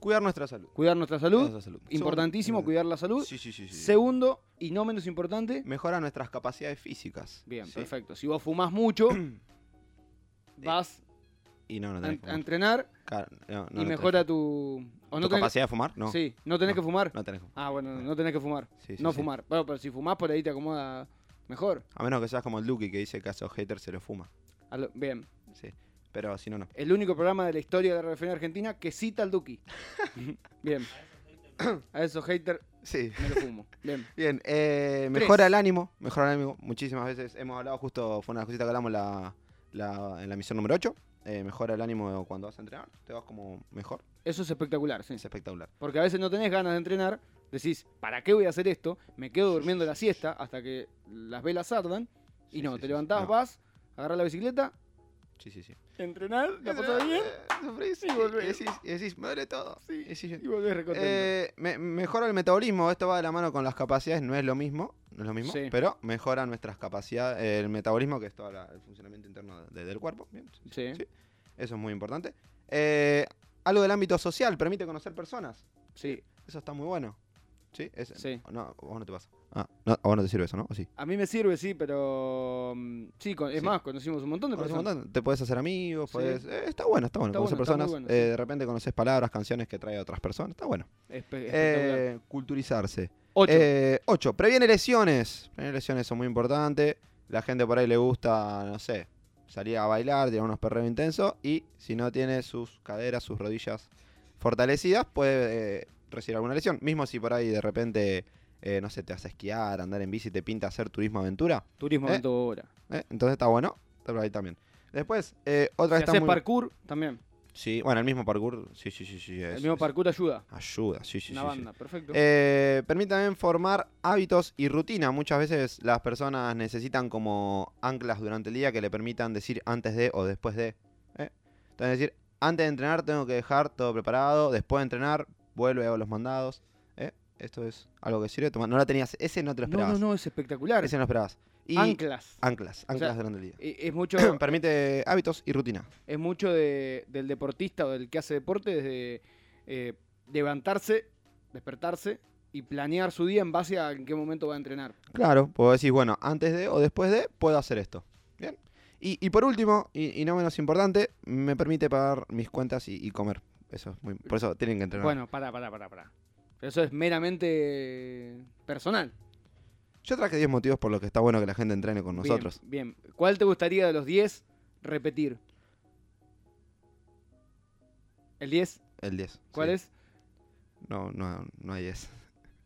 G: Cuidar nuestra salud.
C: cuidar nuestra
G: Cuidar
C: salud.
G: nuestra salud.
C: Importantísimo,
G: Segundo-
C: cuidar la salud.
G: Sí, sí, sí. sí.
C: Segundo, y no menos importante,
G: Mejora nuestras capacidades físicas.
C: bien,
G: ¿sí?
C: perfecto. Si vos fumás mucho, vas
G: Y no, no
C: a,
G: tenés
C: en-
G: que
C: a
G: fumar.
C: entrenar
G: Claro, no, no, no
C: y
G: tenés-
C: mejora tu... O
G: ¿Tu
C: no tenés,
G: capacidad de fumar? No.
C: Sí, no tenés
G: No.
C: que fumar.
G: No tenés que fumar.
C: Ah, bueno, no tenés que fumar.
G: Sí, sí,
C: no
G: sí.
C: fumar. Bueno, pero si fumás por ahí te acomoda mejor.
G: A menos que seas como el Duki que dice que a esos haters se lo fuma.
C: A lo- bien,
G: Sí. Pero si no, no.
C: el único programa de la historia de la refinería argentina que cita al Duki. bien. A esos haters
G: Sí.
C: me lo fumo. Bien.
G: Bien, eh,
C: Tres.
G: mejora el ánimo. Mejora el ánimo. Muchísimas veces hemos hablado, justo fue una cosita que hablamos la, la- en la misión número 8. mejora el ánimo cuando vas a entrenar. Te vas como mejor.
C: Eso es espectacular, sí.
G: Es espectacular.
C: Porque a veces no tenés ganas de entrenar, decís, ¿para qué voy a hacer esto? Me quedo durmiendo la siesta hasta que las velas ardan. Y
G: Sí,
C: no,
G: sí,
C: te
G: sí, sí.
C: levantás,
G: No.
C: vas, agarrás la bicicleta,
G: Sí, sí, sí.
C: entrenar, la pasás
G: pasado
C: bien
G: eh, Y,
C: volvés.
G: decís, y decís, me duele todo. Sí. Y decís,
C: y volvés recontento.
G: Eh, me- mejora el metabolismo, esto va de la mano con las capacidades, no es lo mismo, no es lo mismo,
C: Sí.
G: pero mejora nuestras capacidades, el metabolismo, que es todo la- el funcionamiento interno de- del cuerpo, bien, sí,
C: sí.
G: sí. eso es muy importante. Eh, algo del ámbito social, permite conocer personas,
C: sí.
G: eso está muy bueno. ¿Sí? Es-
C: Sí.
G: No, a vos no te pasa. Ah, no, a vos no te sirve eso, ¿no? ¿O sí?
C: A mí me sirve, sí, pero... mm, Sí, con- es
G: Sí.
C: más, conocimos un montón de
G: Conoces un
C: personas.
G: montón, Te puedes hacer amigos,
C: Sí.
G: podés- eh, está bueno, está bueno.
C: Está
G: conocer
C: bueno, está muy
G: personas,
C: bueno, sí.
G: eh, de repente conoces palabras, canciones que trae otras personas, está bueno.
C: Espe- espectacular.
G: Eh, culturizarse.
C: Ocho.
G: 8. Previene lesiones. Previene lesiones son muy importantes. La gente por ahí le gusta, no sé, salir a bailar, tirar unos perreos intensos. Y si no tiene sus caderas, sus rodillas fortalecidas, puede eh, recibir alguna lesión. Mismo si por ahí de repente, eh, no sé, te hace esquiar, andar en bici, te pinta hacer turismo aventura.
C: Turismo
G: eh,
C: aventura.
G: ¿eh? Entonces está bueno. Está por ahí también. Después, eh, otra
C: Si
G: está
C: haces
G: muy-
C: parkour, también.
G: Sí, bueno, el mismo parkour. Sí, sí, sí, sí.
C: El
G: es-
C: mismo
G: es-
C: parkour ayuda.
G: Ayuda, sí, sí,
C: Una
G: sí, sí.
C: banda, perfecto.
G: Eh, permite también formar hábitos y rutina. Muchas veces las personas necesitan como anclas durante el día que le permitan decir antes de o después de. ¿eh? Entonces decir, antes de entrenar tengo que dejar todo preparado, después de entrenar vuelvo y hago los mandados. ¿eh? Esto es algo que sirve. Toma- No la tenías, ese no te lo
C: no, no,
G: esperabas.
C: no, es espectacular.
G: Ese no lo esperabas. Y
C: Anclas.
G: anclas, anclas
C: sea,
G: durante el día.
C: Eh, Es mucho,
G: permite hábitos y rutina.
C: es mucho de- del deportista o del que hace deporte desde eh, levantarse, despertarse y planear su día en base a en qué momento va a entrenar.
G: Claro, puedo decir, bueno, antes de o después de, puedo hacer esto. Bien. Y, y por último, y, y no menos importante, me permite pagar mis cuentas y, y comer. Eso es muy, por eso tienen que entrenar.
C: Bueno, pará, pará, pará, pará. Pero eso es meramente personal.
G: Yo traje 10 motivos por los que está bueno que la gente entrene con
C: Bien,
G: nosotros.
C: Bien, ¿Cuál te gustaría de los 10 repetir? ¿El 10?
G: El 10.
C: ¿Cuál
G: sí.
C: es?
G: No, no, no hay 10.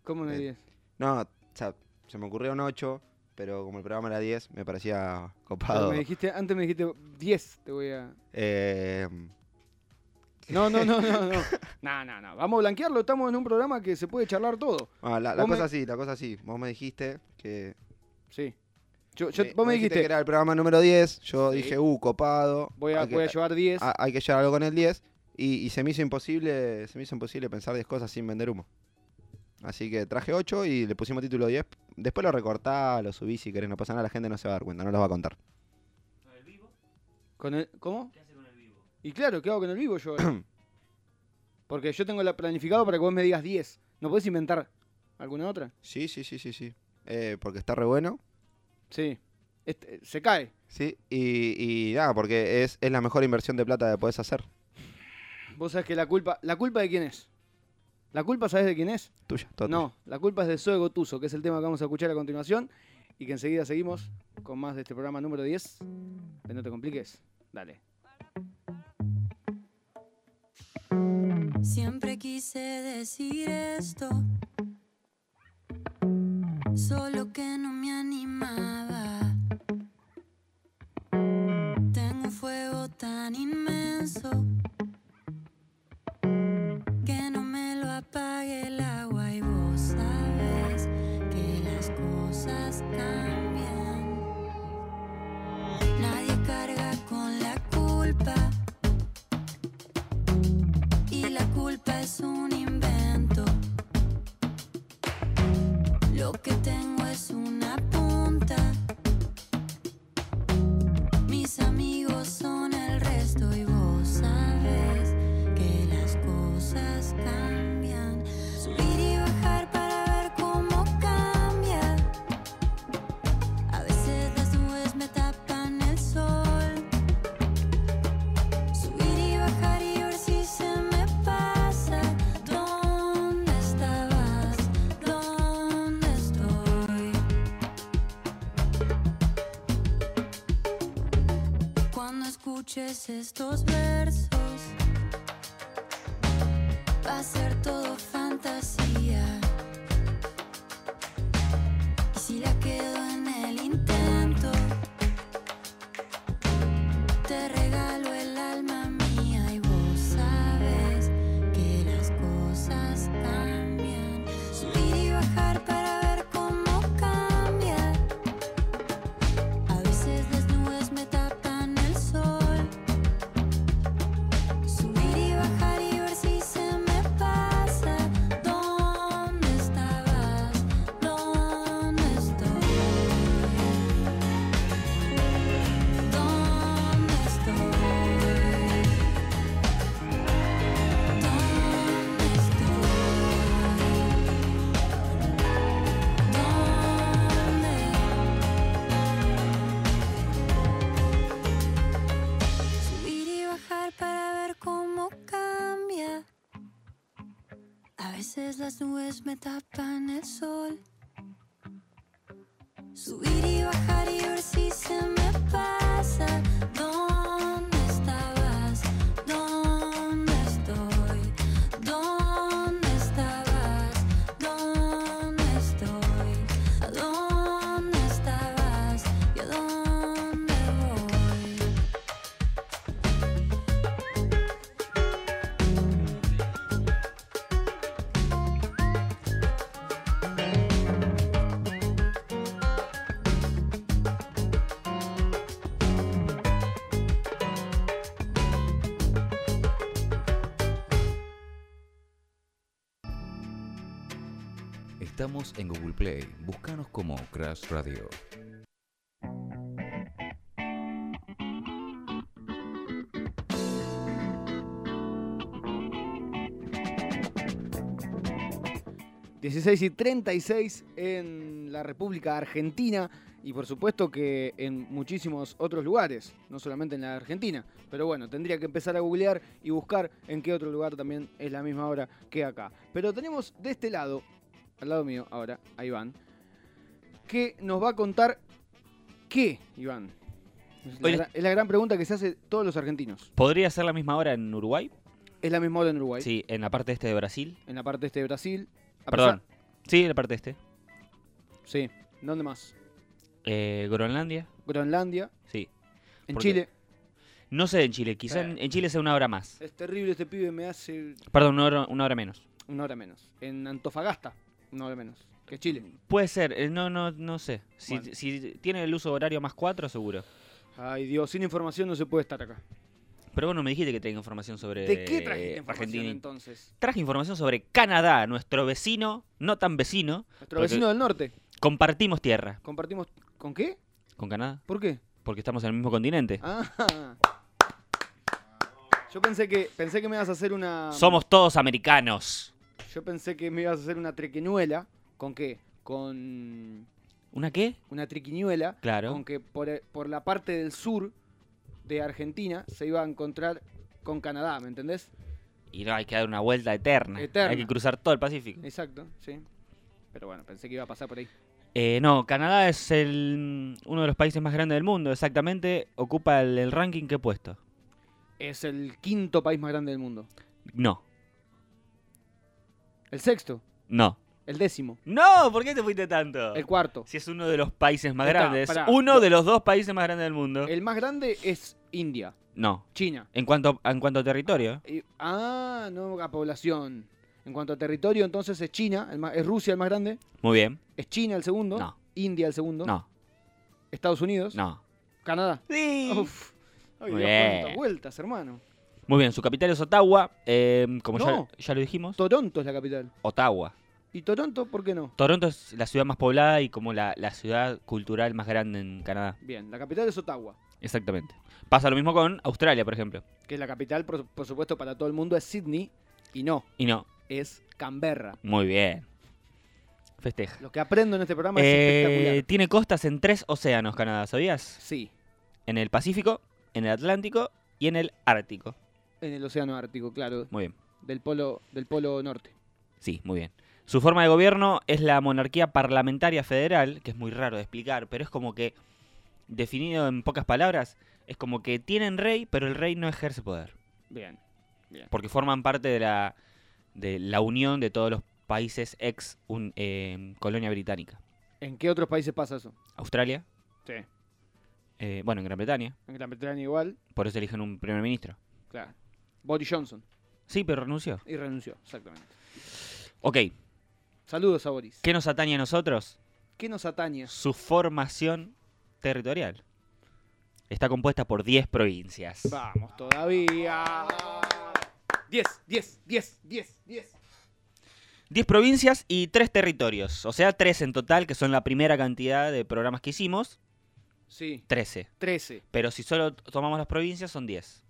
C: ¿Cómo no el
G: Eh,
C: 10?
G: No, o sea, se me ocurrió un 8, pero como el programa era 10, me parecía
C: Pero
G: copado.
C: Me dijiste, antes me dijiste 10, te voy a...
G: Eh,
C: No, no, no, no, no. No, no, no. Vamos a blanquearlo. Estamos en un programa que se puede charlar todo.
G: ah, la la
C: Vos me-
G: cosa sí, la cosa sí. Vos me dijiste que
C: Sí. Yo, yo- vos me dijiste,
G: que era el programa número 10. Yo
C: Sí.
G: dije, uh, copado.
C: voy, a,
G: hay que,
C: voy a llevar 10.
G: a- hay que llevar algo con el 10. Y, y se me hizo imposible se me hizo imposible pensar 10 cosas sin vender humo. Así que traje 8 y le pusimos título 10. Después lo recortá, lo subí si querés, no pasa nada, la gente no se va a dar cuenta, no los va a contar.
C: Con el- ¿Cómo?
E: ¿Qué hace con el vivo?
C: Y claro, ¿qué hago con el vivo yo? ahora? Porque yo tengo la planificado para que vos me digas 10. ¿No podés inventar alguna otra?
G: Sí, sí, sí, sí, sí. Eh, porque está re bueno.
C: Sí. Este, se cae.
G: Sí, y, y nada, porque es, es la mejor inversión de plata que podés hacer.
C: Vos sabés que la culpa. ¿La culpa de quién es? ¿La culpa sabés de quién es?
G: Tuya, toda tuya.
C: No, la culpa es de Zoe Gotuso, que es el tema que vamos a escuchar a continuación. Y que enseguida seguimos con más de este programa número 10. De no te compliques. Dale.
H: Siempre quise decir esto, solo que no me animaba. Tengo un fuego tan inmenso que no me lo apague el agua y vos sabes que las cosas cambian. Nadie carga con la culpa. Y la culpa es un invento. Lo que tengo es una punta. Mis amigos son el resto y vos sabes que las cosas cambian. Subir y bajar para ver cómo cambia. A veces las nubes me tapan el sol. Subir y bajar y ver si se me pasa. ¿Dónde estabas? ¿Dónde estoy? Cuando escuches estos versos, va a ser todo fantasía. Y si la quedo en el intento. Te regalo el alma mía y vos sabes que las cosas cambian. Subir y bajar para ver cómo cambia. A veces las nubes me tapan el sol. Subir y bajar y ver si se me pasa. ¿Dónde estabas? ¿Dónde estoy? ¿Dónde estoy? ¿Dónde estoy? ¿Dónde? Subir y bajar para ver cómo cambia. A veces las nubes me tapan el sol. Subir y bajar y ver si se me pasa. ¿Dónde estabas? ¿Dónde estoy? ¿Dónde estabas? ¿Dónde estoy? ¿A dónde estabas? ¿Y a dónde voy?
A: Estamos en Google Play. Búscanos como Crash Radio.
C: Ujú. 16 y 36 en la República Argentina y por supuesto que en muchísimos otros lugares, no solamente en la Argentina. Pero bueno, tendría que empezar a googlear y buscar en qué otro lugar también es la misma hora que acá. Pero tenemos de este lado, al lado mío ahora, a Iván, que nos va a contar qué, Iván. Es la,
E: Hoy-
C: gran- es la gran pregunta que se hace todos los argentinos.
E: ¿Podría ser la misma hora en Uruguay?
C: Es la misma hora en Uruguay,
E: Sí, en la parte este de Brasil.
C: en la parte este de Brasil. A
E: Perdón. Sí, en la parte este.
C: pesar- sí, ¿dónde más?
E: Eh, Groenlandia.
C: Groenlandia,
E: Sí.
C: en
E: Porque-
C: Chile.
E: No sé en Chile, quizá
C: Sí.
E: en, en Chile sea una hora más.
C: Es terrible este pibe, me hace
E: Perdón, una hora, una hora menos.
C: una hora menos. En Antofagasta, una hora menos. Que Chile.
E: Puede ser, eh, no, no, no sé. Si,
C: Bueno.
E: si tiene el uso horario más cuatro, seguro.
C: Ay Dios, sin información no se puede estar acá.
E: Pero bueno, me dijiste que traiga información sobre
C: ¿De qué trajiste
E: eh,
C: información
E: Argentina.
C: entonces?
E: Traje información sobre Canadá, nuestro vecino, no tan vecino.
C: Nuestro
E: porque
C: vecino del norte.
E: Compartimos tierra
C: Compartimos. ¿Con qué?
E: con Canadá,
C: ¿Por qué?
E: porque estamos en el mismo continente.
C: Ah, Yo pensé que, pensé que me ibas a hacer una.
E: Somos todos americanos.
C: Yo pensé que me ibas a hacer una triquiñuela. ¿Con qué? Con
E: ¿Una qué?
C: una triquiñuela.
E: Claro.
C: Con que por, por la parte del sur de Argentina se iba a encontrar con Canadá, ¿me entendés?
E: Y no, hay que dar una vuelta eterna.
C: Eterna.
E: Hay que cruzar todo el Pacífico.
C: Exacto, sí. Pero bueno, pensé que iba a pasar por ahí.
E: Eh, no, Canadá es el, uno de los países más grandes del mundo, exactamente. Ocupa el, el ranking que he puesto.
C: Es el quinto país más grande del mundo.
E: No,
C: El sexto,
E: no.
C: el décimo,
E: No, ¿por qué te fuiste tanto?
C: el cuarto.
E: Si es uno de los países más
C: Está,
E: grandes.
C: pará.
E: Uno de los dos países más grandes del mundo.
C: El más grande es India,
E: No.
C: China.
E: En cuanto, en cuanto a territorio,
C: Y- ah, no, a población. En cuanto a territorio, entonces es China, el más- es Rusia el más grande,
E: muy bien.
C: es China el segundo,
E: No.
C: India el segundo,
E: No,
C: Estados Unidos,
E: no.
C: Canadá.
E: Sí.
C: Uf. Ay,
E: Muy
C: Dios,
E: bien.
C: cuántas vueltas, hermano.
E: Muy bien, su capital es Ottawa. eh, como ya-
C: No.
E: ya, lo dijimos,
C: Toronto es la capital.
E: Ottawa.
C: ¿Y Toronto por qué no?
E: Toronto es la ciudad más poblada y como la, la ciudad cultural más grande en Canadá.
C: Bien, la capital es Ottawa,
E: Exactamente. Pasa lo mismo con Australia, por ejemplo.
C: que es la capital, por, por supuesto, para todo el mundo es Sydney y no,
E: Y no,
C: es Canberra.
E: muy bien. Festeja.
C: Lo que aprendo en este programa
E: Eh,
C: es espectacular.
E: tiene costas en tres océanos, Canadá, ¿sabías?
C: Sí,
E: En el Pacífico, en el Atlántico y en el Ártico.
C: en el Océano Ártico, claro,
E: Muy bien.
C: del polo, del polo norte.
E: Sí, muy bien. Su forma de gobierno es la monarquía parlamentaria federal, que es muy raro de explicar, pero es como que, definido en pocas palabras, es como que tienen rey, pero el rey no ejerce poder.
C: Bien.
E: Porque forman parte de la, de la unión de todos los países ex un- eh, colonia británica.
C: ¿En qué otros países pasa eso?
E: Australia,
C: Sí.
E: eh, bueno, en Gran Bretaña,
C: En Gran Bretaña igual,
E: por eso eligen un primer ministro.
C: claro. Boris Johnson.
E: Sí, pero renunció.
C: Y renunció, exactamente.
E: Ok,
C: Saludos a Boris. ¿Qué,
E: ¿qué nos atañe a nosotros?
C: nos atañe?
E: Su formación territorial. Está compuesta por 10 provincias.
C: Vamos todavía. 10, 10, 10, 10, 10.
E: 10 provincias y 3 territorios. O sea, 3 en total, que son la primera cantidad de programas que hicimos.
C: Sí,
E: 13.
C: 13.
E: Pero si solo t- tomamos las provincias, son 10.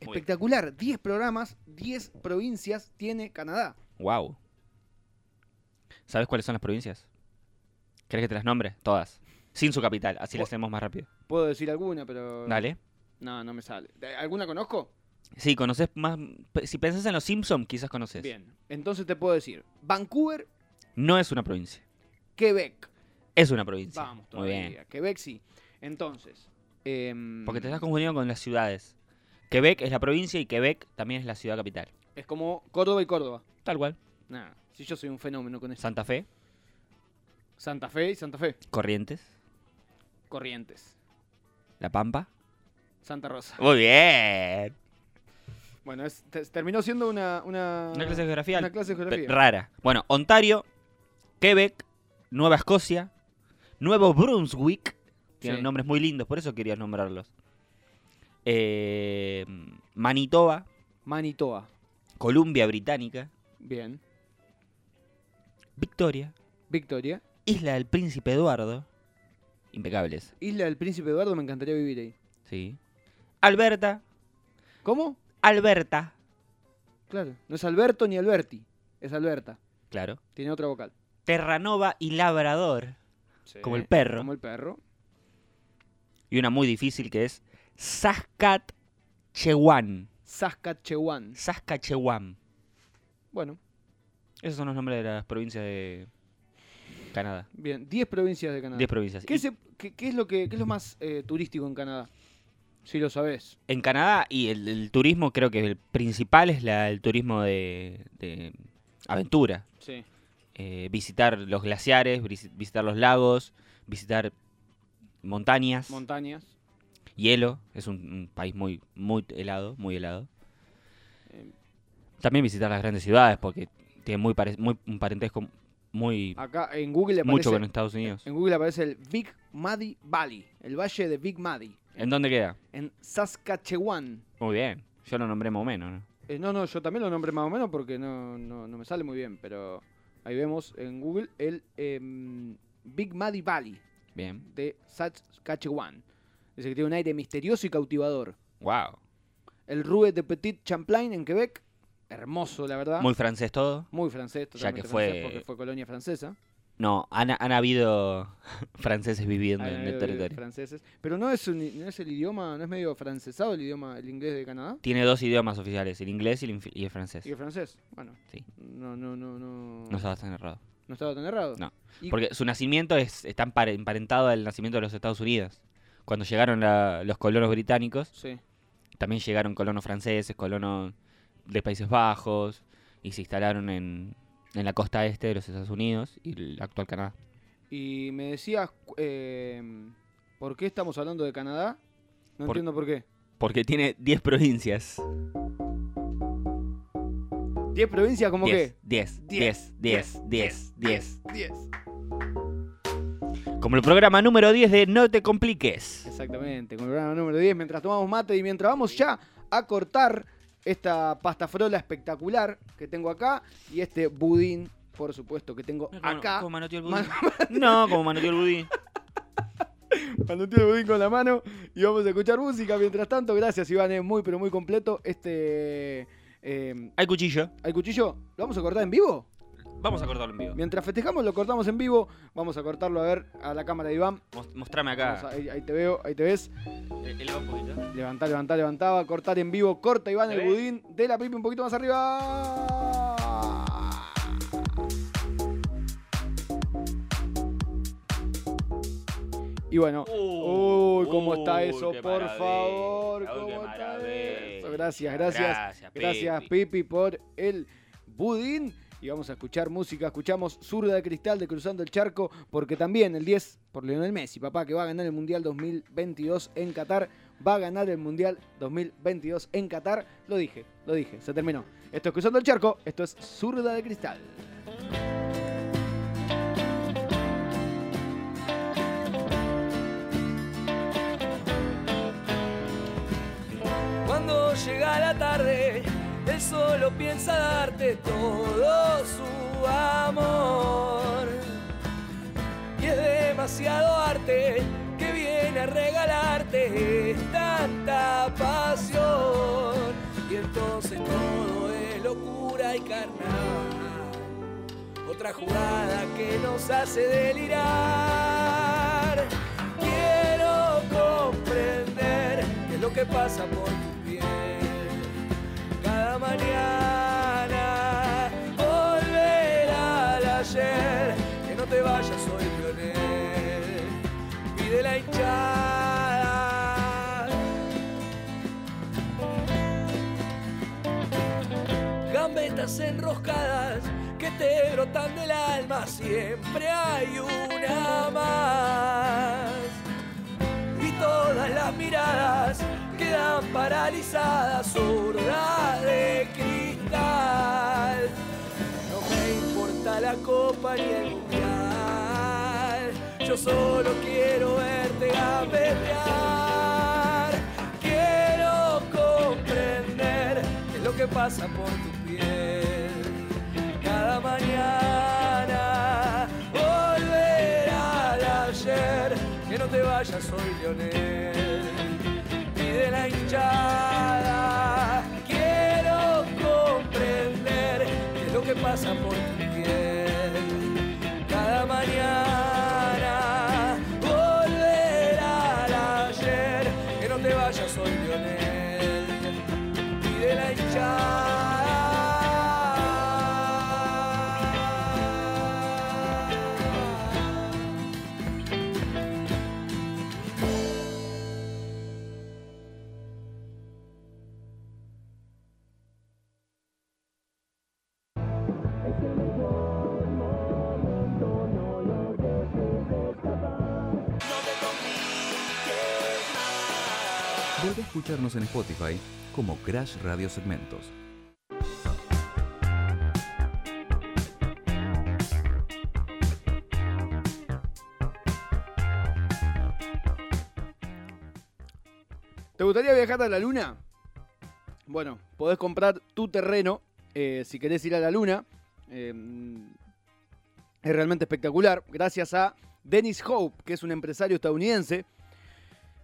E: Muy bien.
C: Espectacular. 10 programas, 10 provincias tiene Canadá.
E: Wow. ¿Sabes cuáles son las provincias? ¿Querés que te las nombre? Todas. Sin su capital, así las hacemos más rápido.
C: Puedo decir alguna, pero.
E: Dale.
C: No, no me sale. ¿De- ¿Alguna conozco?
E: Sí, conoces más. pe- Si pensás en los Simpsons, quizás conoces.
C: Bien. Entonces te puedo decir: Vancouver,
E: No es una provincia.
C: Quebec.
E: Es una provincia.
C: Vamos
E: Muy
C: todavía.
E: bien.
C: Quebec sí. Entonces. em,
E: Porque te estás confundiendo con las ciudades. Quebec es la provincia y Quebec también es la ciudad capital.
C: Es como Córdoba y Córdoba.
E: Tal cual.
C: Nah, si yo soy un fenómeno con eso.
E: Santa Fe,
C: Santa Fe y Santa Fe.
E: Corrientes,
C: Corrientes.
E: La Pampa.
C: Santa Rosa.
E: Muy bien.
C: Bueno, es- te- terminó siendo una, una.
E: Una clase de geografía.
C: Una clase de
E: pe-
C: geografía.
E: Rara. Bueno, Ontario, Quebec, Nueva Escocia, Nuevo Brunswick. Tienen
C: Sí.
E: nombres muy lindos, por eso quería nombrarlos. Eh, Manitoba,
C: Manitoba.
E: Columbia Británica,
C: Bien.
E: Victoria,
C: Victoria.
E: Isla del Príncipe Eduardo. Impecables,
C: Isla del Príncipe Eduardo, me encantaría vivir ahí.
E: sí. Alberta,
C: ¿Cómo?
E: Alberta.
C: Claro. No es Alberto ni Alberti. Es Alberta.
E: Claro.
C: Tiene otra vocal.
E: Terranova y Labrador. Como el perro.
C: Como el perro.
E: y una muy difícil que es Saskatchewan.
C: Saskatchewan.
E: Saskatchewan.
C: Bueno,
E: Esos son los nombres de las provincias de Canadá.
C: bien. 10 provincias de Canadá.
E: 10 provincias.
C: Ah. ¿Qué,
E: Y
C: se- qué- qué es lo que, qué es lo más eh, turístico en Canadá? Si lo sabes.
E: En Canadá, y el, el turismo creo que el principal es la- el turismo de, de aventura.
C: Sí.
E: Eh, visitar los glaciares, bris- visitar los lagos, visitar montañas,
C: Montañas.
E: hielo. Es un, un país muy, muy helado, muy helado.
C: Eh,
E: También visitar las grandes ciudades porque tiene muy, pare- muy un parentesco muy
C: Acá en Google aparece.
E: mucho con Estados Unidos.
C: Ah, En Google aparece el Big Muddy Valley, el valle de Big Muddy,
E: ¿En dónde queda?
C: en Saskatchewan.
E: Muy bien. Yo lo nombré más o menos, ¿no?
C: Eh, no, no, yo también lo nombré más o menos porque no, no, no me sale muy bien, pero ahí vemos en Google el em, Big Muddy Valley
E: Bien.
C: de Saskatchewan. Dice que tiene un aire misterioso y cautivador.
E: Wow.
C: el Rue de Petit Champlain en Quebec. Hermoso, la verdad.
E: Muy francés todo.
C: Muy francés,
E: Ya que
C: totalmente
E: fue-
C: francés, porque fue colonia francesa.
E: No, han, han habido franceses viviendo
C: Ah,
E: en
C: no,
E: el
C: no,
E: territorio.
C: franceses. Pero no es, un- no es el idioma, no es medio francesado el idioma, el inglés de Canadá.
E: Tiene dos idiomas oficiales, el inglés y el, infi- y el francés.
C: ¿Y el francés? Bueno,
E: Sí.
C: no, no, no, no.
E: No estaba tan errado.
C: ¿No estaba tan errado.
E: No.
C: Y-
E: Porque su nacimiento es, está empare- emparentado al nacimiento de los Estados Unidos. Cuando llegaron la- los colonos británicos,
C: Sí.
E: también llegaron colonos franceses, colonos de Países Bajos, y se instalaron en, en la costa este de los Estados Unidos y el actual Canadá.
C: Y me decías, cu- eh, ¿por qué estamos hablando de Canadá? No
E: Por-
C: entiendo por qué.
E: Porque tiene 10 provincias.
C: ¿Diez provincias como
E: 10,
C: qué?
E: 10,
C: Diez,
E: 10, 10, 10, 10.
C: Diez.
E: Como el programa número 10 de No te compliques.
C: Exactamente, con el programa número 10, mientras tomamos mate y mientras vamos ya a cortar esta pasta frola espectacular que tengo acá y este budín, por supuesto, que tengo acá.
E: Como manoteó el budín.
C: Man-
E: No, como manoteó el budín.
C: Cuando tiene el budín con la mano y vamos a escuchar música. Mientras tanto, gracias Iván, es muy pero muy completo este... eh,
E: Hay cuchillo.
C: ¿Al cuchillo? ¿Lo vamos a cortar en vivo?
E: Vamos a cortarlo en vivo.
C: Mientras festejamos lo cortamos en vivo. Vamos a cortarlo a ver a la cámara de Iván.
E: Mos- Mostrame
C: Vamos
E: acá.
C: a- ahí, ahí te veo, ahí te ves.
E: Eleva un poquito.
C: Levantá, levantá, levantaba. Cortar en vivo. Corta Iván el
E: ¿Te ves?
C: budín de la pipi un poquito más arriba. Y bueno, Uy, cómo está
E: Uy,
C: eso,
E: qué
C: por
E: maravilla.
C: favor.
E: Uy,
C: ¿Cómo
E: qué
C: está
E: maravilla.
C: eso? Gracias, gracias.
E: Gracias,
C: Gracias,
E: Pipi.
C: Pipi, por el budín. Y vamos a escuchar música. Escuchamos Zurda de Cristal de Cruzando el Charco, porque también el 10 por Lionel Messi, papá, que va a ganar el Mundial 2022 en Qatar. Va a ganar el Mundial 2022 en Qatar. Lo dije, lo dije, se terminó. Esto es Cruzando el Charco, esto es Zurda de Cristal.
H: Cuando llega la tarde, él solo piensa darte todo su amor. Y es demasiado arte que viene a regalarte tanta pasión. Y entonces todo es locura y carnal. Otra jugada que nos hace delirar. Quiero comprender qué es lo que pasa por tu piel. Cada mañana volver al ayer. Que no te vayas, soy pionero. Pide la hinchada. gambetas enroscadas que te brotan del alma, siempre hay una más. Y todas las miradas quedan paralizadas, zurda de cristal. No me importa la copa ni el mundial. Yo solo quiero verte gambetear. Quiero comprender qué es lo que pasa por tu piel. Cada mañana volver al ayer. Que no te vayas, soy Lionel pide la hinchada. Quiero comprender qué es lo que pasa por tu piel. Cada mañana volver al ayer. Que no te vayas, soy Lionel. Pide la hinchada.
A: Vuelve a escucharnos en Spotify como Crash Radio Segmentos.
C: ¿Te gustaría viajar a la luna? Bueno, podés comprar tu terreno eh, si querés ir a la luna. Eh, es realmente espectacular. Gracias a Dennis Hope, que es un empresario estadounidense.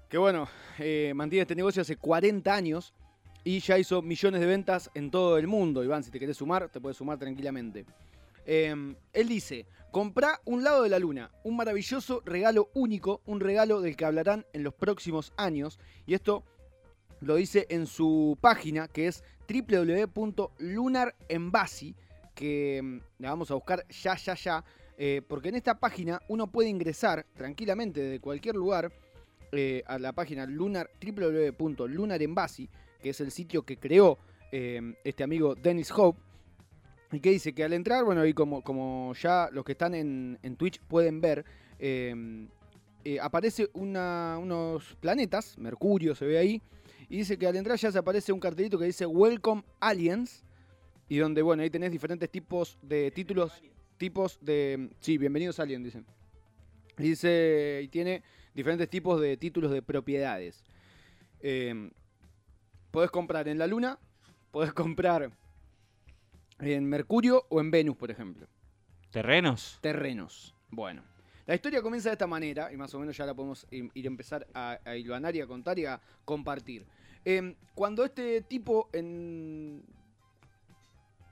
C: Que bueno, eh, mantiene este negocio hace 40 años. y ya hizo millones de ventas en todo el mundo. Iván, si te querés sumar, te puedes sumar tranquilamente. Eh, él dice, comprá un lado de la luna, un maravilloso regalo único, un regalo del que hablarán en los próximos años. Y esto lo dice en su página, que es www.lunarembassy, que mm, la vamos a buscar ya, ya, ya. eh, porque en esta página uno puede ingresar tranquilamente desde cualquier lugar eh, a la página lunar, www.lunarembassy, que es el sitio que creó eh, este amigo Dennis Hope. Y que dice que al entrar, bueno, y como, como ya los que están en, en Twitch pueden ver, eh, eh, aparece una- unos planetas, Mercurio se ve ahí, y dice que al entrar ya se aparece un cartelito que dice Welcome Aliens, y donde, bueno, ahí tenés diferentes tipos de títulos, tipos de... Sí, bienvenidos Aliens, dicen. Y dice, y tiene diferentes tipos de títulos de propiedades. Eh, podés comprar en la Luna, podés comprar en Mercurio o en Venus, por ejemplo.
E: ¿Terrenos?
C: Terrenos. Bueno. La historia comienza de esta manera, y más o menos ya la podemos im- ir a empezar a, a hilvanar y a contar y a compartir. Eh, cuando este tipo en.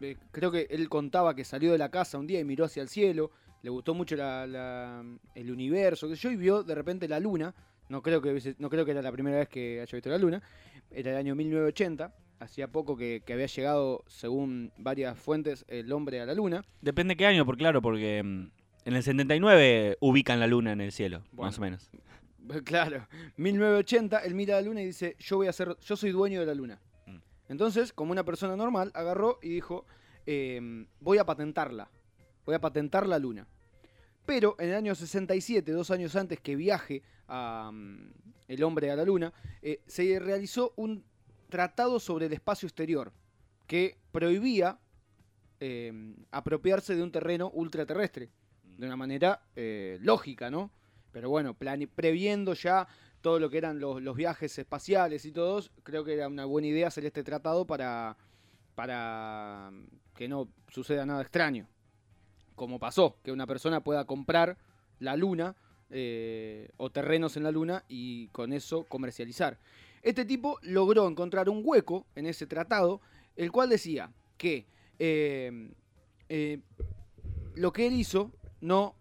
C: eh, creo que él contaba que salió de la casa un día y miró hacia el cielo. Le gustó mucho la- la- el universo, que yo, y vio de repente la luna. No creo, que, hubiese- no creo que era la primera vez que haya visto la luna. Era el año 1980. Hacía poco que- que había llegado, según varias fuentes, el hombre a la luna.
E: Depende qué año, por claro, porque mm, en el 79 ubican la luna en el cielo,
C: Bueno.
E: más o menos.
C: Claro, 1980, él mira la luna y dice, yo voy a ser, yo soy dueño de la luna.
E: Mm.
C: Entonces, como una persona normal, agarró y dijo, "Em, voy a patentarla, voy a patentar la luna. Pero en el año 67, dos años antes que viaje a, mm, el hombre a la luna, eh, se realizó un tratado sobre el espacio exterior que prohibía em, apropiarse de un terreno ultraterrestre, de una manera eh, lógica, ¿no? Pero bueno, plane- previendo ya todo lo que eran los, los viajes espaciales y todos, creo que era una buena idea hacer este tratado para, para mm, que no suceda nada extraño. Como pasó, que una persona pueda comprar la luna eh, o terrenos en la luna y con eso comercializar. Este tipo logró encontrar un hueco en ese tratado, el cual decía que eh, eh, lo que él hizo no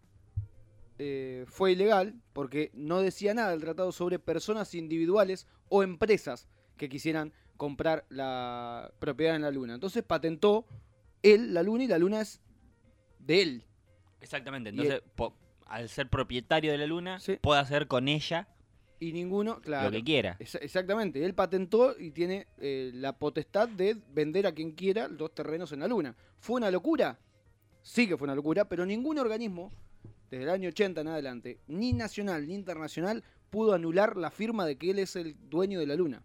C: eh, fue ilegal porque no decía nada el tratado sobre personas individuales o empresas que quisieran comprar la propiedad en la luna. Entonces patentó él la luna y la luna es de él.
E: Exactamente,
C: Y
E: entonces po- al ser propietario de la luna,
C: Sí.
E: puede hacer con ella
C: Y ninguno, claro.
E: lo que quiera.
C: Exa- Exactamente, él patentó y tiene eh, la potestad de vender a quien quiera los terrenos en la Luna. ¿Fue una locura? Sí que fue una locura, pero ningún organismo, desde el año 80 en adelante, ni nacional ni internacional, pudo anular la firma de que él es el dueño de la Luna.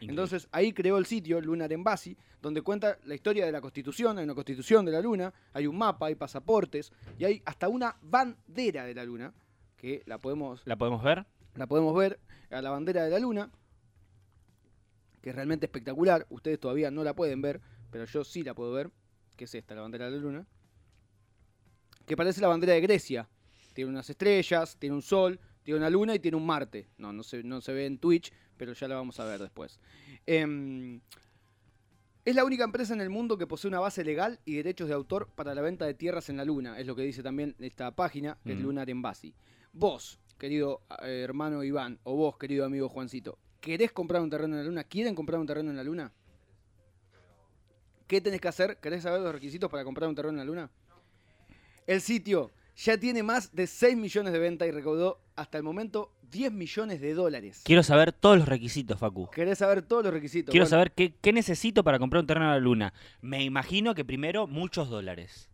E: Increíble.
C: Entonces ahí creó el sitio Lunar Embassy, donde cuenta la historia de la constitución, hay una constitución de la luna, hay un mapa, hay pasaportes y hay hasta una bandera de la luna, que la podemos
E: ¿La podemos ver?
C: la podemos ver a la bandera de la luna, que es realmente espectacular. Ustedes todavía no la pueden ver, pero yo sí la puedo ver, que es esta, la bandera de la luna. Que parece la bandera de Grecia. Tiene unas estrellas, tiene un sol, tiene una luna y tiene un Marte. No, no se, no se ve en Twitch, pero ya la vamos a ver después. Em, es la única empresa en el mundo que posee una base legal y derechos de autor para la venta de tierras en la luna. Es lo que dice también esta página, que es
E: Mm.
C: Lunar Embassy. Vos, querido eh, hermano Iván, o vos, querido amigo Juancito, ¿querés comprar un terreno en la luna? ¿Quieren comprar un terreno en la luna? ¿Qué tenés que hacer? ¿Querés saber los requisitos para comprar un terreno en la luna? El sitio ya tiene más de 6 millones de ventas y recaudó hasta el momento 10 millones de dólares.
E: Quiero saber todos los requisitos, Facu.
C: ¿Querés saber todos los requisitos?
E: Quiero
C: Bueno,
E: saber qué, qué necesito para comprar un terreno a la luna. Me imagino que primero muchos dólares.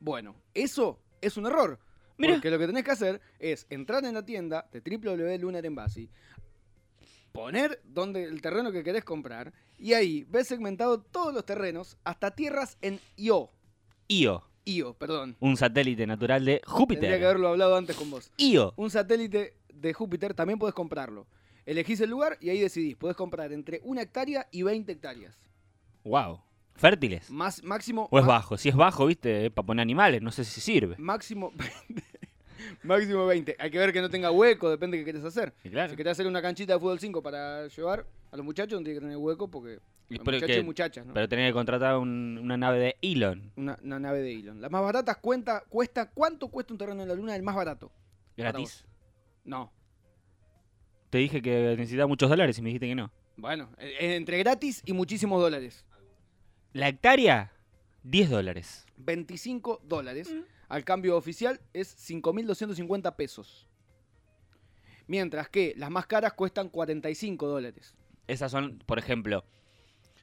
C: Bueno, eso es un error.
E: Mira.
C: Porque lo que tenés que hacer es entrar en la tienda de www.lunarembassy, poner donde el terreno que querés comprar y ahí ves segmentado todos los terrenos hasta tierras en IO.
E: Io,
C: IO, perdón.
E: un satélite natural de
C: Tendría que
E: Júpiter.
C: haberlo hablado antes con vos.
E: Io.
C: Un satélite de Júpiter también podés comprarlo. Elegís el lugar y ahí decidís. Podés comprar entre una hectárea y 20 hectáreas.
E: Wow. Fértiles.
C: Más, máximo.
E: O es
C: ma-
E: bajo. Si es bajo, viste, para poner animales, no sé si sirve.
C: Máximo 20. máximo 20. Hay que ver que no tenga hueco, depende de qué querés hacer.
E: Y claro.
C: Si querés hacer una canchita de fútbol 5 para llevar a los muchachos, no tiene que tener hueco porque
E: Y pero
C: Muchachos
E: que-
C: y muchachas, ¿no?
E: Pero tenía que contratar un- una nave de Elon.
C: Una, una nave de Elon. Las más baratas cuenta, cuesta, ¿cuánto cuesta un terreno en la luna el más barato?
E: Gratis.
C: No.
E: Te dije que necesitaba muchos dólares y me dijiste que no.
C: Bueno, eh, entre gratis y muchísimos dólares.
E: La hectárea, 10 dólares.
C: 25 dólares. Al cambio oficial es 5.250 pesos. Mientras que las más caras cuestan 45 dólares.
E: Esas son, por ejemplo,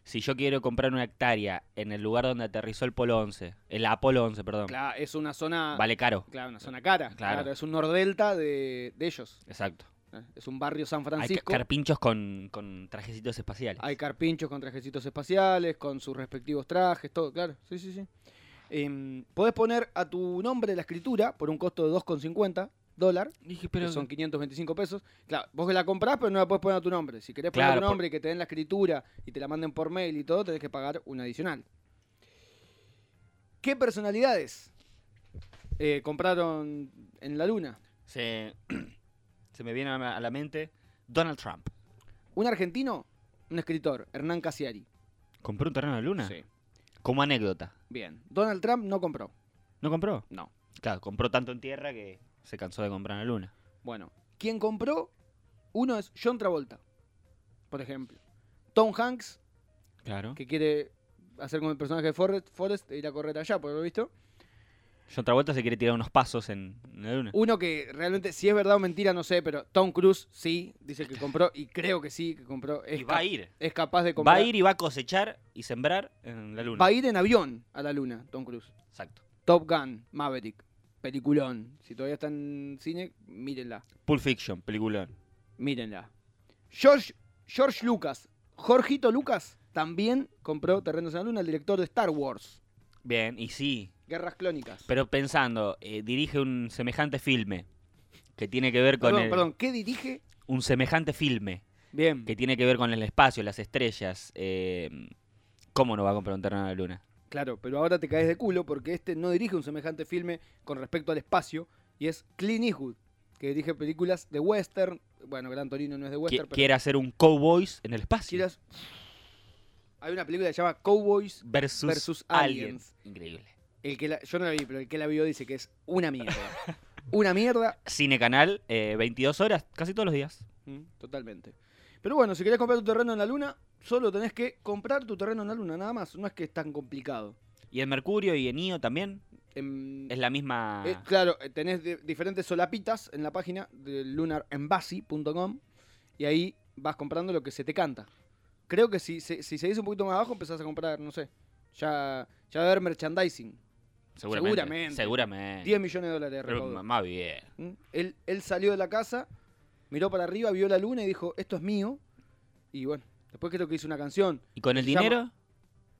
E: si yo quiero comprar una hectárea en el lugar donde aterrizó el Polo 11, el Apolo 11, perdón,
C: Claro, es una zona.
E: vale caro.
C: Claro, una zona cara. Claro,
E: Claro.
C: es un nordelta de, de ellos.
E: Exacto.
C: Eh, Es un barrio San
E: Hay ca-
C: Francisco. Hay,
E: carpinchos con, con trajecitos espaciales.
C: carpinchos con trajecitos espaciales, con sus respectivos trajes, todo, claro. Sí, sí, sí. Em, podés poner a tu nombre la escritura por un costo de 2,50 dólares.
E: Dije,
C: que
E: pero
C: son 525 pesos. Claro, vos que la comprás, pero no la podés poner a tu nombre. Si querés poner tu
E: Claro, por-
C: nombre y que te den la escritura y te la manden por mail y todo, tenés que pagar un adicional. ¿Qué personalidades eh, compraron en la luna?
E: se, se me viene a la- a la mente Donald Trump.
C: Un argentino, un escritor, Hernán Casiari.
E: ¿Compró un terreno de luna? Como anécdota.
C: Bien. Donald Trump no compró.
E: ¿No compró?
C: No.
E: Claro, compró tanto en tierra que se cansó de comprar en la luna.
C: Bueno, quien compró, uno es John Travolta, por ejemplo. Tom Hanks,
E: Claro.
C: que quiere hacer como el personaje de Forrest, Forrest e ir a correr allá, por lo visto.
E: John Travolta se quiere tirar unos pasos en, en la luna.
C: Uno que realmente, si es verdad o mentira, no sé, pero Tom Cruise sí, dice que compró, y creo que sí, que compró. Es,
E: y va
C: cap-
E: a ir.
C: es capaz de
E: Va
C: comprar.
E: a ir y va a cosechar y sembrar en la luna.
C: Va a ir en avión a la luna, Tom Cruise.
E: Exacto.
C: Top Gun, Maverick, peliculón. Si todavía está en cine, mírenla,
E: Pulp Fiction, película.
C: mírenla. George, George Lucas, Jorgito Lucas, también compró terrenos en la luna, el director de Star Wars,
E: Bien, y sí.
C: Guerras Clónicas.
E: Pero pensando, eh, dirige un semejante filme que tiene que ver con
C: perdón,
E: el-
C: perdón, ¿qué dirige?
E: un semejante filme
C: Bien.
E: que tiene que ver con el espacio, las estrellas. eh, ¿Cómo no va a comprar un terreno en la luna?
C: Claro, pero ahora te caes de culo porque este no dirige un semejante filme con respecto al espacio y es Clint Eastwood, que dirige películas de western. Bueno, Gran Torino no es de
E: Qui-
C: western,
E: Quiere hacer un Cowboys en el
C: pero
E: espacio.
C: quieras- Hay una película que se llama Cowboys,
E: Versus,
C: versus aliens.
E: aliens. Increíble.
C: el que la- yo no la vi, pero el que la vio dice que es una mierda. una mierda
E: Cine Canal, eh, 22 horas, casi todos los días.
C: mm, totalmente. Pero bueno, si querés comprar tu terreno en la luna, solo tenés que comprar tu terreno en la luna, nada más, no es que es tan complicado.
E: Y en Mercurio y en IO también.
C: Em,
E: Es la misma.
C: Eh, claro, eh, tenés de- diferentes solapitas en la página de lunarembassy.com y ahí vas comprando lo que se te canta. Creo que si, se- si seguís un poquito más abajo empezás a comprar, no sé, ya, ya va a haber merchandising.
E: seguramente.
C: seguramente.
E: Seguramente.
C: 10 millones de dólares de
E: Pero
C: recaudo.
E: más bien.
C: ¿Mm? Él, él salió de la casa, miró para arriba, vio la luna y dijo, esto es mío. Y bueno, después creo que hizo una canción.
E: ¿Y con
C: Se
E: el
C: llama-
E: dinero?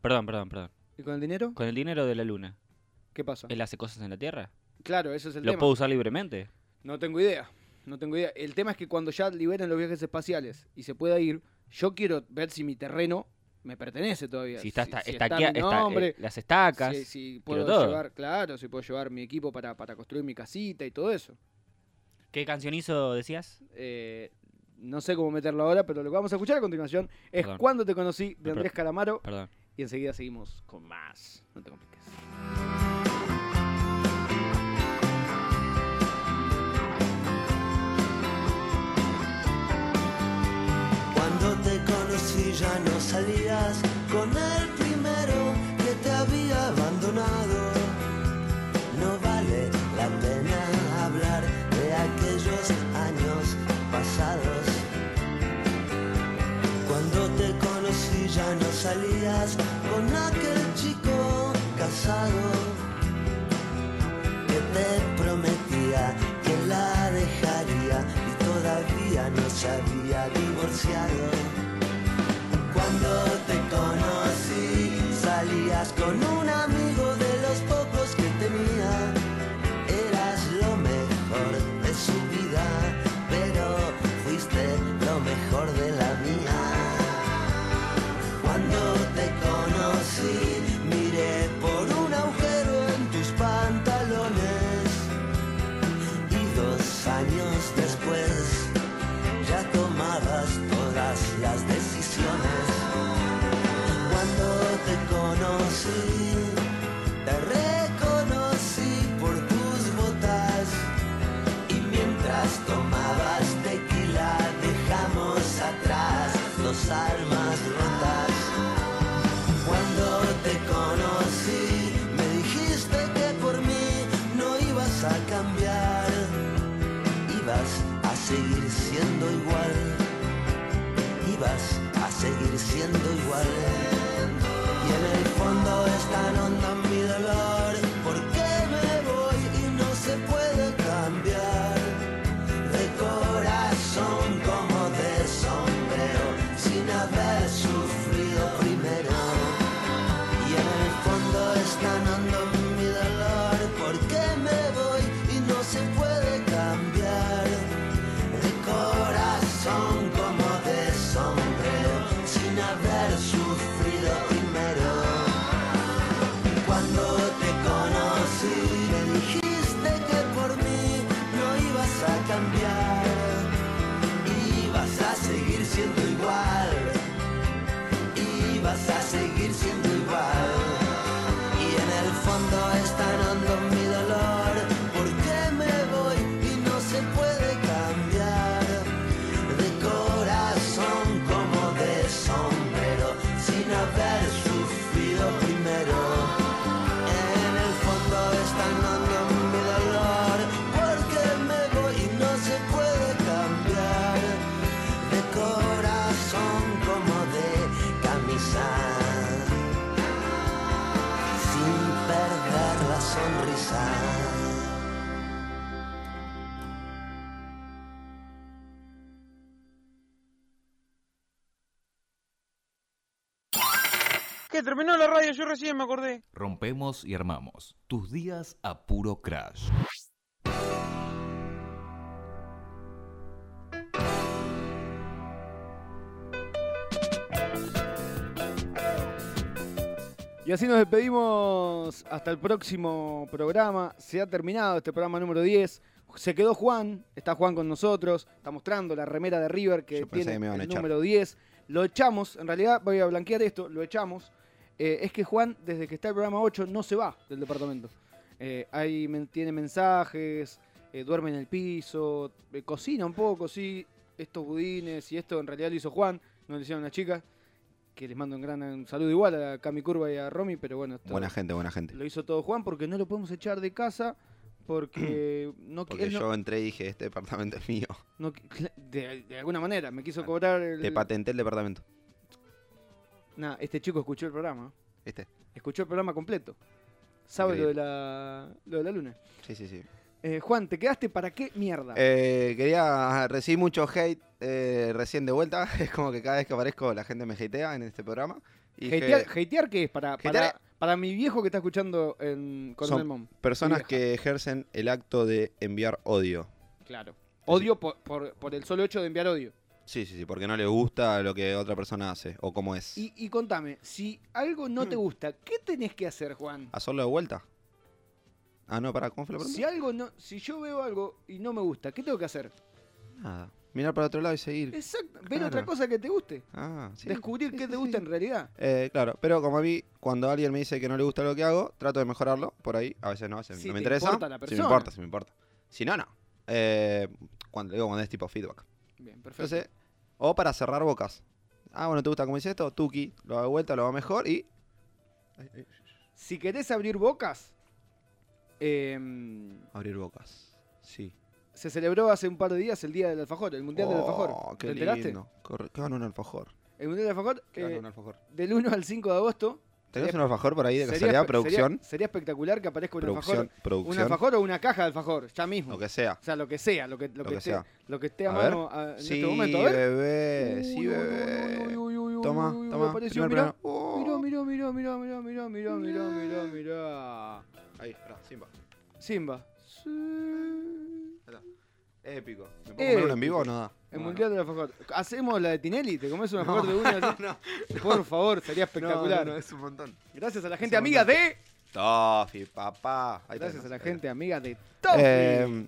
E: Perdón, perdón, perdón.
C: ¿Y con el dinero?
E: Con el dinero de la luna.
C: ¿Qué pasa?
E: ¿Él hace cosas en la Tierra?
C: Claro, ese es el
E: ¿Lo
C: tema.
E: puedo usar libremente?
C: No tengo idea. No tengo idea. El tema es que cuando ya liberen los viajes espaciales y se pueda ir, yo quiero ver si mi terreno me pertenece todavía.
E: Si está, está,
C: si
E: está
C: está
E: aquí,
C: mi
E: está, eh,
C: nombre,
E: las estacas.
C: si, si puedo
E: todo.
C: llevar, claro, si puedo llevar mi equipo para, para construir mi casita y todo eso.
E: ¿Qué canción hizo, decías?
C: Eh, no sé cómo meterlo ahora, pero lo que vamos a escuchar a continuación es
E: Perdón.
C: Cuando te conocí de
E: No,
C: Andrés Calamaro
E: Perdón.
C: y enseguida seguimos con más. No te compliques.
D: Cuando te conocí ya no salías con el primero que te había abandonado. No vale la pena hablar de aquellos años pasados. Cuando te conocí ya no salías con aquel chico casado que te prometía que la dejaría y todavía no se había divorciado. Cuando te conocí, salías con un amigo de los pocos que tenía. Eras lo mejor de su vida, pero fuiste lo mejor de la mía. Cuando te conocí, miré por un agujero en tus pantalones. Y dos años después, ya tomabas todas las decisiones. vas a seguir siendo igual. Y en el fondo es tan honda mi dolor, porque me voy y no se puede cambiar. De corazón como de sombrero, sin haber sufrido primero. Y en el fondo es tan hondo mi dolor, porque me voy y no se puede cambiar. De corazón como de sombrero, sin haber sufrido primero. Cuando te conocí, me dijiste que por mí no ibas a cambiar, ibas a seguir siendo igual, ibas a seguir siendo igual. Y en el fondo es tan hondo mi dolor, porque me voy y no se puede cambiar. De corazón como de sombrero, sin haber sufrido primero. En el fondo es tan hondo mi dolor, porque me voy y no se puede cambiar. De corazón como de camisa, sin perder la sonrisa.
I: ¿Qué? Terminó la radio, yo recién me acordé.
A: Rompemos y armamos. Tus días a puro crash.
C: Y así nos despedimos hasta el próximo programa. Se ha terminado este programa número 10. Se quedó Juan, está Juan con nosotros, está mostrando la remera de River que
G: Yo pensé
C: tiene
G: que me iban a
C: el
G: echar.
C: número 10. Lo echamos, en realidad voy a blanquear esto, lo echamos. Eh, es que Juan, desde que está el programa 8, no se va del departamento. Eh, ahí men- tiene mensajes, eh, duerme en el piso, eh, cocina un poco, sí, estos budines y esto en realidad lo hizo Juan, no lo hicieron las chicas, que les mando un gran un saludo igual a Cami Curva y a Romy, pero bueno, esto
G: Buena gente, buena gente.
C: lo hizo todo Juan porque no lo podemos echar de casa porque no, qui-
G: Porque
C: él no-
G: yo entré y dije, este departamento es mío.
C: no qui- cla- de, de alguna manera me quiso cobrar el...
G: Te patenté el departamento.
C: Nah, este chico escuchó el programa,
G: Este.
C: escuchó el programa completo, sabe lo de,
G: Increíble.
C: la, lo de la luna.
G: Sí, sí, sí.
C: Eh, Juan, ¿te quedaste para qué mierda?
G: Eh, quería recibir mucho hate eh, recién de vuelta. Es como que cada vez que aparezco la gente me hatea en este programa. Y dije,
C: Hatear, hatear qué es? Para, para,
G: Hatear-
C: para mi viejo que está escuchando en Coronel
G: Son
C: Mom.
G: personas
C: vieja.
G: que ejercen el acto de enviar odio.
C: Claro. Odio por, por- por el solo hecho de enviar odio.
G: Sí, sí, sí, porque no le gusta lo que otra persona hace o cómo es.
C: Y, y contame, si algo no te gusta, ¿qué tenés que hacer, Juan?
G: ¿Hacerlo de vuelta? Ah, no, para, ¿cómo fue la pregunta?
C: Si algo no, si yo veo algo y no me gusta, ¿qué tengo que hacer?
G: Nada. Mirar para otro lado y seguir.
C: Exacto, ver
G: Claro.
C: otra cosa que te guste,
G: Ah, sí.
C: descubrir
G: Sí,
C: qué
G: sí,
C: te gusta
G: sí.
C: en realidad.
G: Eh, claro, pero como a mí, cuando alguien me dice que no le gusta lo que hago, trato de mejorarlo por ahí. A veces no, a veces
C: Si
G: no me
C: te
G: interesa.
C: importa la
G: Si me
C: persona.
G: importa, si me importa. Si no, no. Eh, cuando digo cuando es tipo feedback.
C: Bien, perfecto.
G: Entonces, o para cerrar bocas. Ah, bueno, ¿te gusta cómo hice esto? Tuki, lo hago de vuelta, lo hago mejor y.
C: si querés abrir bocas, eh,
G: Abrir bocas. Sí.
C: se celebró hace un par de días el Día del Alfajor, el Mundial del Alfajor.
G: Oh, qué
C: ¿Te enteraste?
G: lindo. Corre- ¿Qué gana un alfajor?
C: El Mundial del Alfajor,
G: ¿Qué gana
C: eh,
G: un alfajor?
C: del 1 al 5 de agosto.
G: ¿Tenés
C: sería-
G: un alfajor por ahí de
C: sería
G: casualidad?
C: espe-
G: producción.
C: Sería, sería espectacular que aparezca un
G: producción.
C: alfajor. Un
G: Producción.
C: alfajor o una caja de alfajor, ya mismo.
G: Lo que sea.
C: O sea, lo que sea, lo que, lo
G: Lo
C: que,
G: que
C: esté,
G: sea.
C: Lo que esté a,
G: A ver.
C: mano ah, en
G: sí,
C: este momento. A ver.
G: bebé.
C: Uy,
G: Sí,
C: uy, uy,
G: bebé.
C: uy, uy, uy, uy,
G: Toma,
C: uy, uy,
G: toma,
C: Apareció,
G: primer
C: mirá.
G: plano.
C: Mirá, mirá, mirá, mirá, mirá, mirá, mirá, mirá, mirá, mirá.
G: Oh. Ahí, pará, Simba.
C: Simba. Sí.
G: Épico. ¿Me puedo comer uno en vivo o no da?
C: Eh, El
G: No,
C: mundial del alfajor. ¿Hacemos la de Tinelli? ¿Te comes un
G: No,
C: alfajor de una? así?
G: no,
C: Por favor, sería
G: no,
C: espectacular.
G: no, no, es un montón.
C: Gracias a la gente
G: un
C: amiga de.
G: Toffee, papá. Ahí está,
C: Gracias a la
G: ahí
C: gente amiga de
G: está.
C: Toffee.
G: Eh,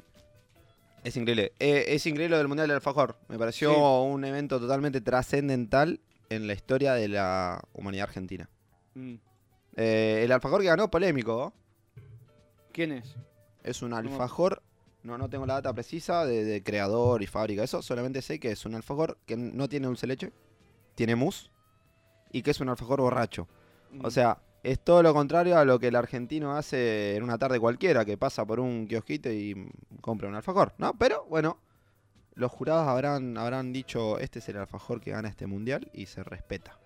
G: es increíble. Eh, es increíble lo del Mundial del Alfajor. Me pareció
C: Sí.
G: un evento totalmente trascendental en la historia de la humanidad argentina.
C: Mm.
G: Eh, el alfajor que ganó, polémico. ¿no?
C: ¿Quién es?
G: Es un
C: ¿Cómo?
G: alfajor. No, no tengo la data precisa de, de creador y fábrica. Eso solamente sé que es un alfajor que no tiene dulce de leche, tiene mousse y que es un alfajor borracho. O
C: Mm.
G: sea, es todo lo contrario a lo que el argentino hace en una tarde cualquiera, que pasa por un kiosquito y mm, compra un alfajor, ¿no? Pero bueno, los jurados habrán, habrán dicho, este es el alfajor que gana este mundial y se respeta.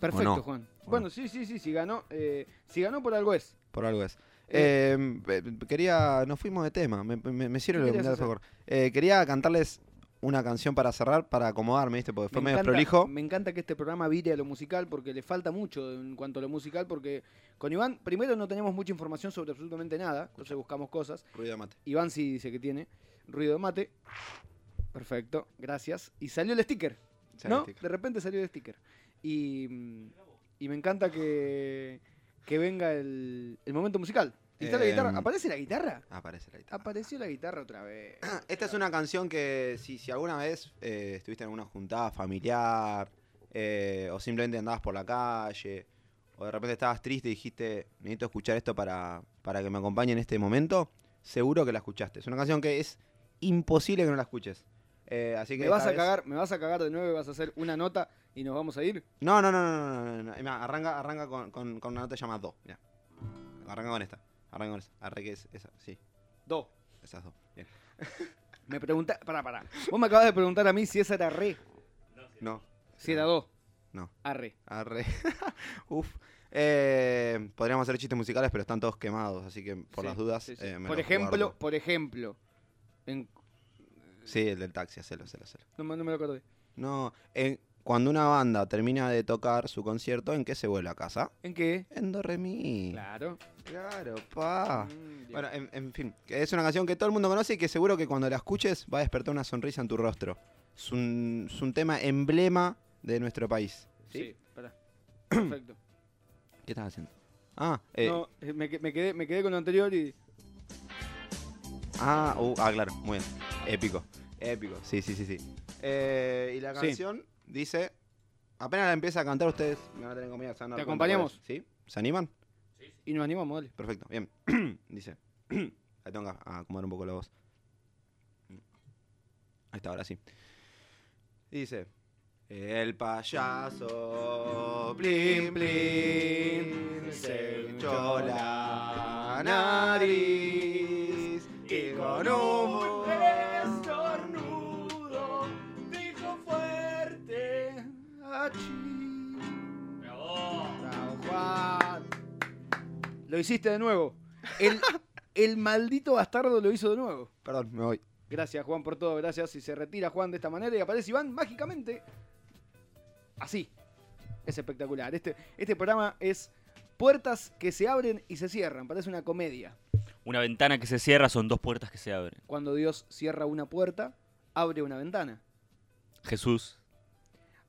C: Perfecto,
G: no.
C: Juan.
G: O
C: Bueno,
G: no.
C: sí, sí, sí, si ganó, eh, si ganó por algo es.
G: Por algo es. Eh, eh, quería, nos fuimos de tema, me, me- me sirve
C: ¿Qué
G: lo del
C: querías
G: mundial
C: hacer?
G: alfajor. Eh, quería cantarles una canción para cerrar, para acomodarme, ¿viste? Porque fue medio prolijo.
C: me encanta que este programa vire a lo musical porque le falta mucho en cuanto a lo musical porque con Iván primero no tenemos mucha información sobre absolutamente nada, entonces buscamos cosas.
G: Ruido de mate.
C: Iván sí dice que tiene. Ruido de mate. Perfecto, gracias. Y salió el sticker,
G: Sale
C: ¿no?
G: el sticker.
C: De repente salió el sticker. Y, mm, y me encanta que, que venga el, el momento musical. Y está la
G: Em.
C: guitarra. ¿Aparece la guitarra?
G: Aparece la guitarra.
C: Apareció la guitarra otra vez.
G: Esta es una canción que si, si alguna vez eh, estuviste en alguna juntada familiar eh, o simplemente andabas por la calle o de repente estabas triste y dijiste, necesito escuchar esto para, para que me acompañe en este momento, seguro que la escuchaste. Es una canción que es imposible que no la escuches. Eh, así que
C: Me vas
G: esta
C: a
G: vez-
C: cagar, me vas a cagar de nuevo, y vas a hacer una nota y nos vamos a ir.
G: No, no, no, no, no, no, no. Mirá, Arranca, arranca con, con- con una nota llamada Do. mirá. Arranca con esta. Arranca con esta. Arre que es esa, sí.
C: Do.
G: Esas dos. Bien.
C: Me pregunta, pará, pará. Vos me acabas de preguntar a mí si esa era re,
G: No,
C: si era Ah, do.
G: no.
C: Arre.
G: Arre. Uf. Eh, podríamos hacer chistes musicales, pero están todos quemados, así que por
C: Sí,
G: las dudas.
C: sí, sí.
G: eh, me
C: por
G: los
C: ejemplo,
G: guardo.
C: por ejemplo. en-
G: Sí, el del taxi, hacelo, hacelo, hacelo.
C: no, me- no me lo acordé.
G: No, en- cuando una banda termina de tocar su concierto, ¿en qué se vuelve a casa?
C: ¿En qué?
G: En Do Re Mi.
C: Claro.
G: Claro, pa.
C: Mm, bien.
G: Ah. Bueno, en, en fin, que es una canción que todo el mundo conoce y que seguro que cuando la escuches va a despertar una sonrisa en tu rostro. Es un, es un tema emblema de nuestro país.
C: Sí, pará. Perfecto.
G: ¿Qué estás haciendo? Ah, eh,
C: No, eh, me, que- me quedé, me quedé con lo anterior y.
G: Ah, uh, ah, claro, muy bien. Épico. Épico. Sí, sí, sí, sí. Eh, y la
C: Sí.
G: canción dice. Apenas la empieza a cantar, ustedes me van a tener comida.
C: ¿Te acompañamos?
G: ¿Sí? ¿Se animan?
C: Y nos animamos, dale.
G: Perfecto, bien. dice. Ahí tengo que acomodar un poco la voz. Ahí está, ahora sí. Y dice. El payaso, plin, plin, se hinchó la nariz y con un
J: estornudo dijo fuerte
C: Bravo, Juan. Lo hiciste de nuevo. El, el maldito bastardo lo hizo de nuevo.
G: Perdón, me voy.
C: Gracias, Juan, por todo. Gracias. Y se retira Juan de esta manera y aparece Iván mágicamente. Así. Es espectacular. Este, este programa es puertas que se abren y se cierran. Parece una comedia.
E: Una ventana que se cierra son dos puertas que se abren.
C: Cuando Dios cierra una puerta, abre una ventana.
E: Jesús,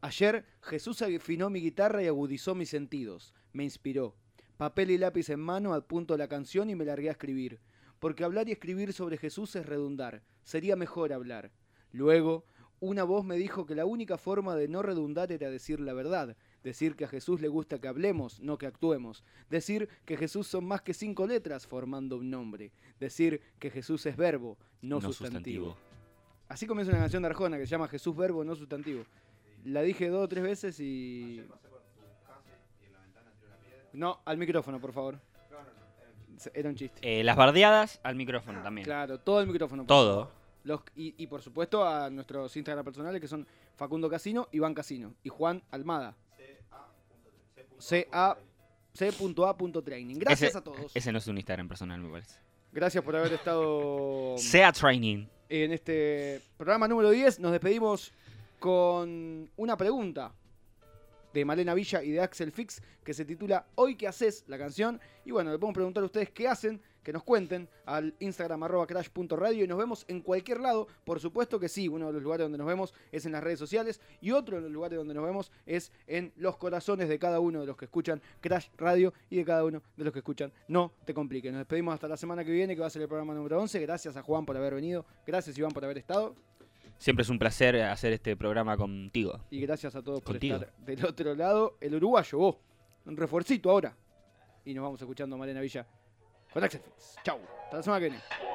C: Ayer Jesús afinó mi guitarra y agudizó mis sentidos. Me inspiró. Papel y lápiz en mano, adpunto la canción y me largué a escribir. Porque hablar y escribir sobre Jesús es redundar. Sería mejor hablar. Luego, una voz me dijo que la única forma de no redundar era decir la verdad. Decir que a Jesús le gusta que hablemos, no que actuemos. Decir que Jesús son más que cinco letras formando un nombre. Decir que Jesús es verbo, no, sustantivo. Así comienza una canción de Arjona que se llama Jesús Verbo No Sustantivo. La dije dos o tres veces y. No, al micrófono, por favor. Se- Era un chiste.
E: Eh, las bardeadas al micrófono también.
C: Claro, todo el micrófono. por
E: Todo.
C: Los, y, y por supuesto a nuestros Instagram personales que son Facundo Casino, Iván Casino y Juan Almada. C.A. C.A.Training. Gracias
E: Ese-
C: a todos.
E: Ese no es un Instagram personal, me parece.
C: Gracias por haber estado
E: Sea Training.
C: en este programa número 10. Nos despedimos con una pregunta de Malena Villa y de Axel Fix que se titula Hoy qué haces la canción. Y bueno, le podemos preguntar a ustedes qué hacen, que nos cuenten al Instagram arroba crash.radio y nos vemos en cualquier lado. Por supuesto que sí, uno de los lugares donde nos vemos es en las redes sociales y otro de los lugares donde nos vemos es en los corazones de cada uno de los que escuchan Crash Radio y de cada uno de los que escuchan No Te Compliques. Nos despedimos hasta la semana que viene que va a ser el programa número 11. Gracias a Juan por haber venido, gracias Iván por haber estado
E: Siempre es un placer hacer este programa contigo.
C: y gracias a todos por
E: Contigo.
C: estar del otro lado. El uruguayo, vos, un refuercito ahora. Y nos vamos escuchando a Malena Villa con Axel Fix. Chau, hasta la semana que viene.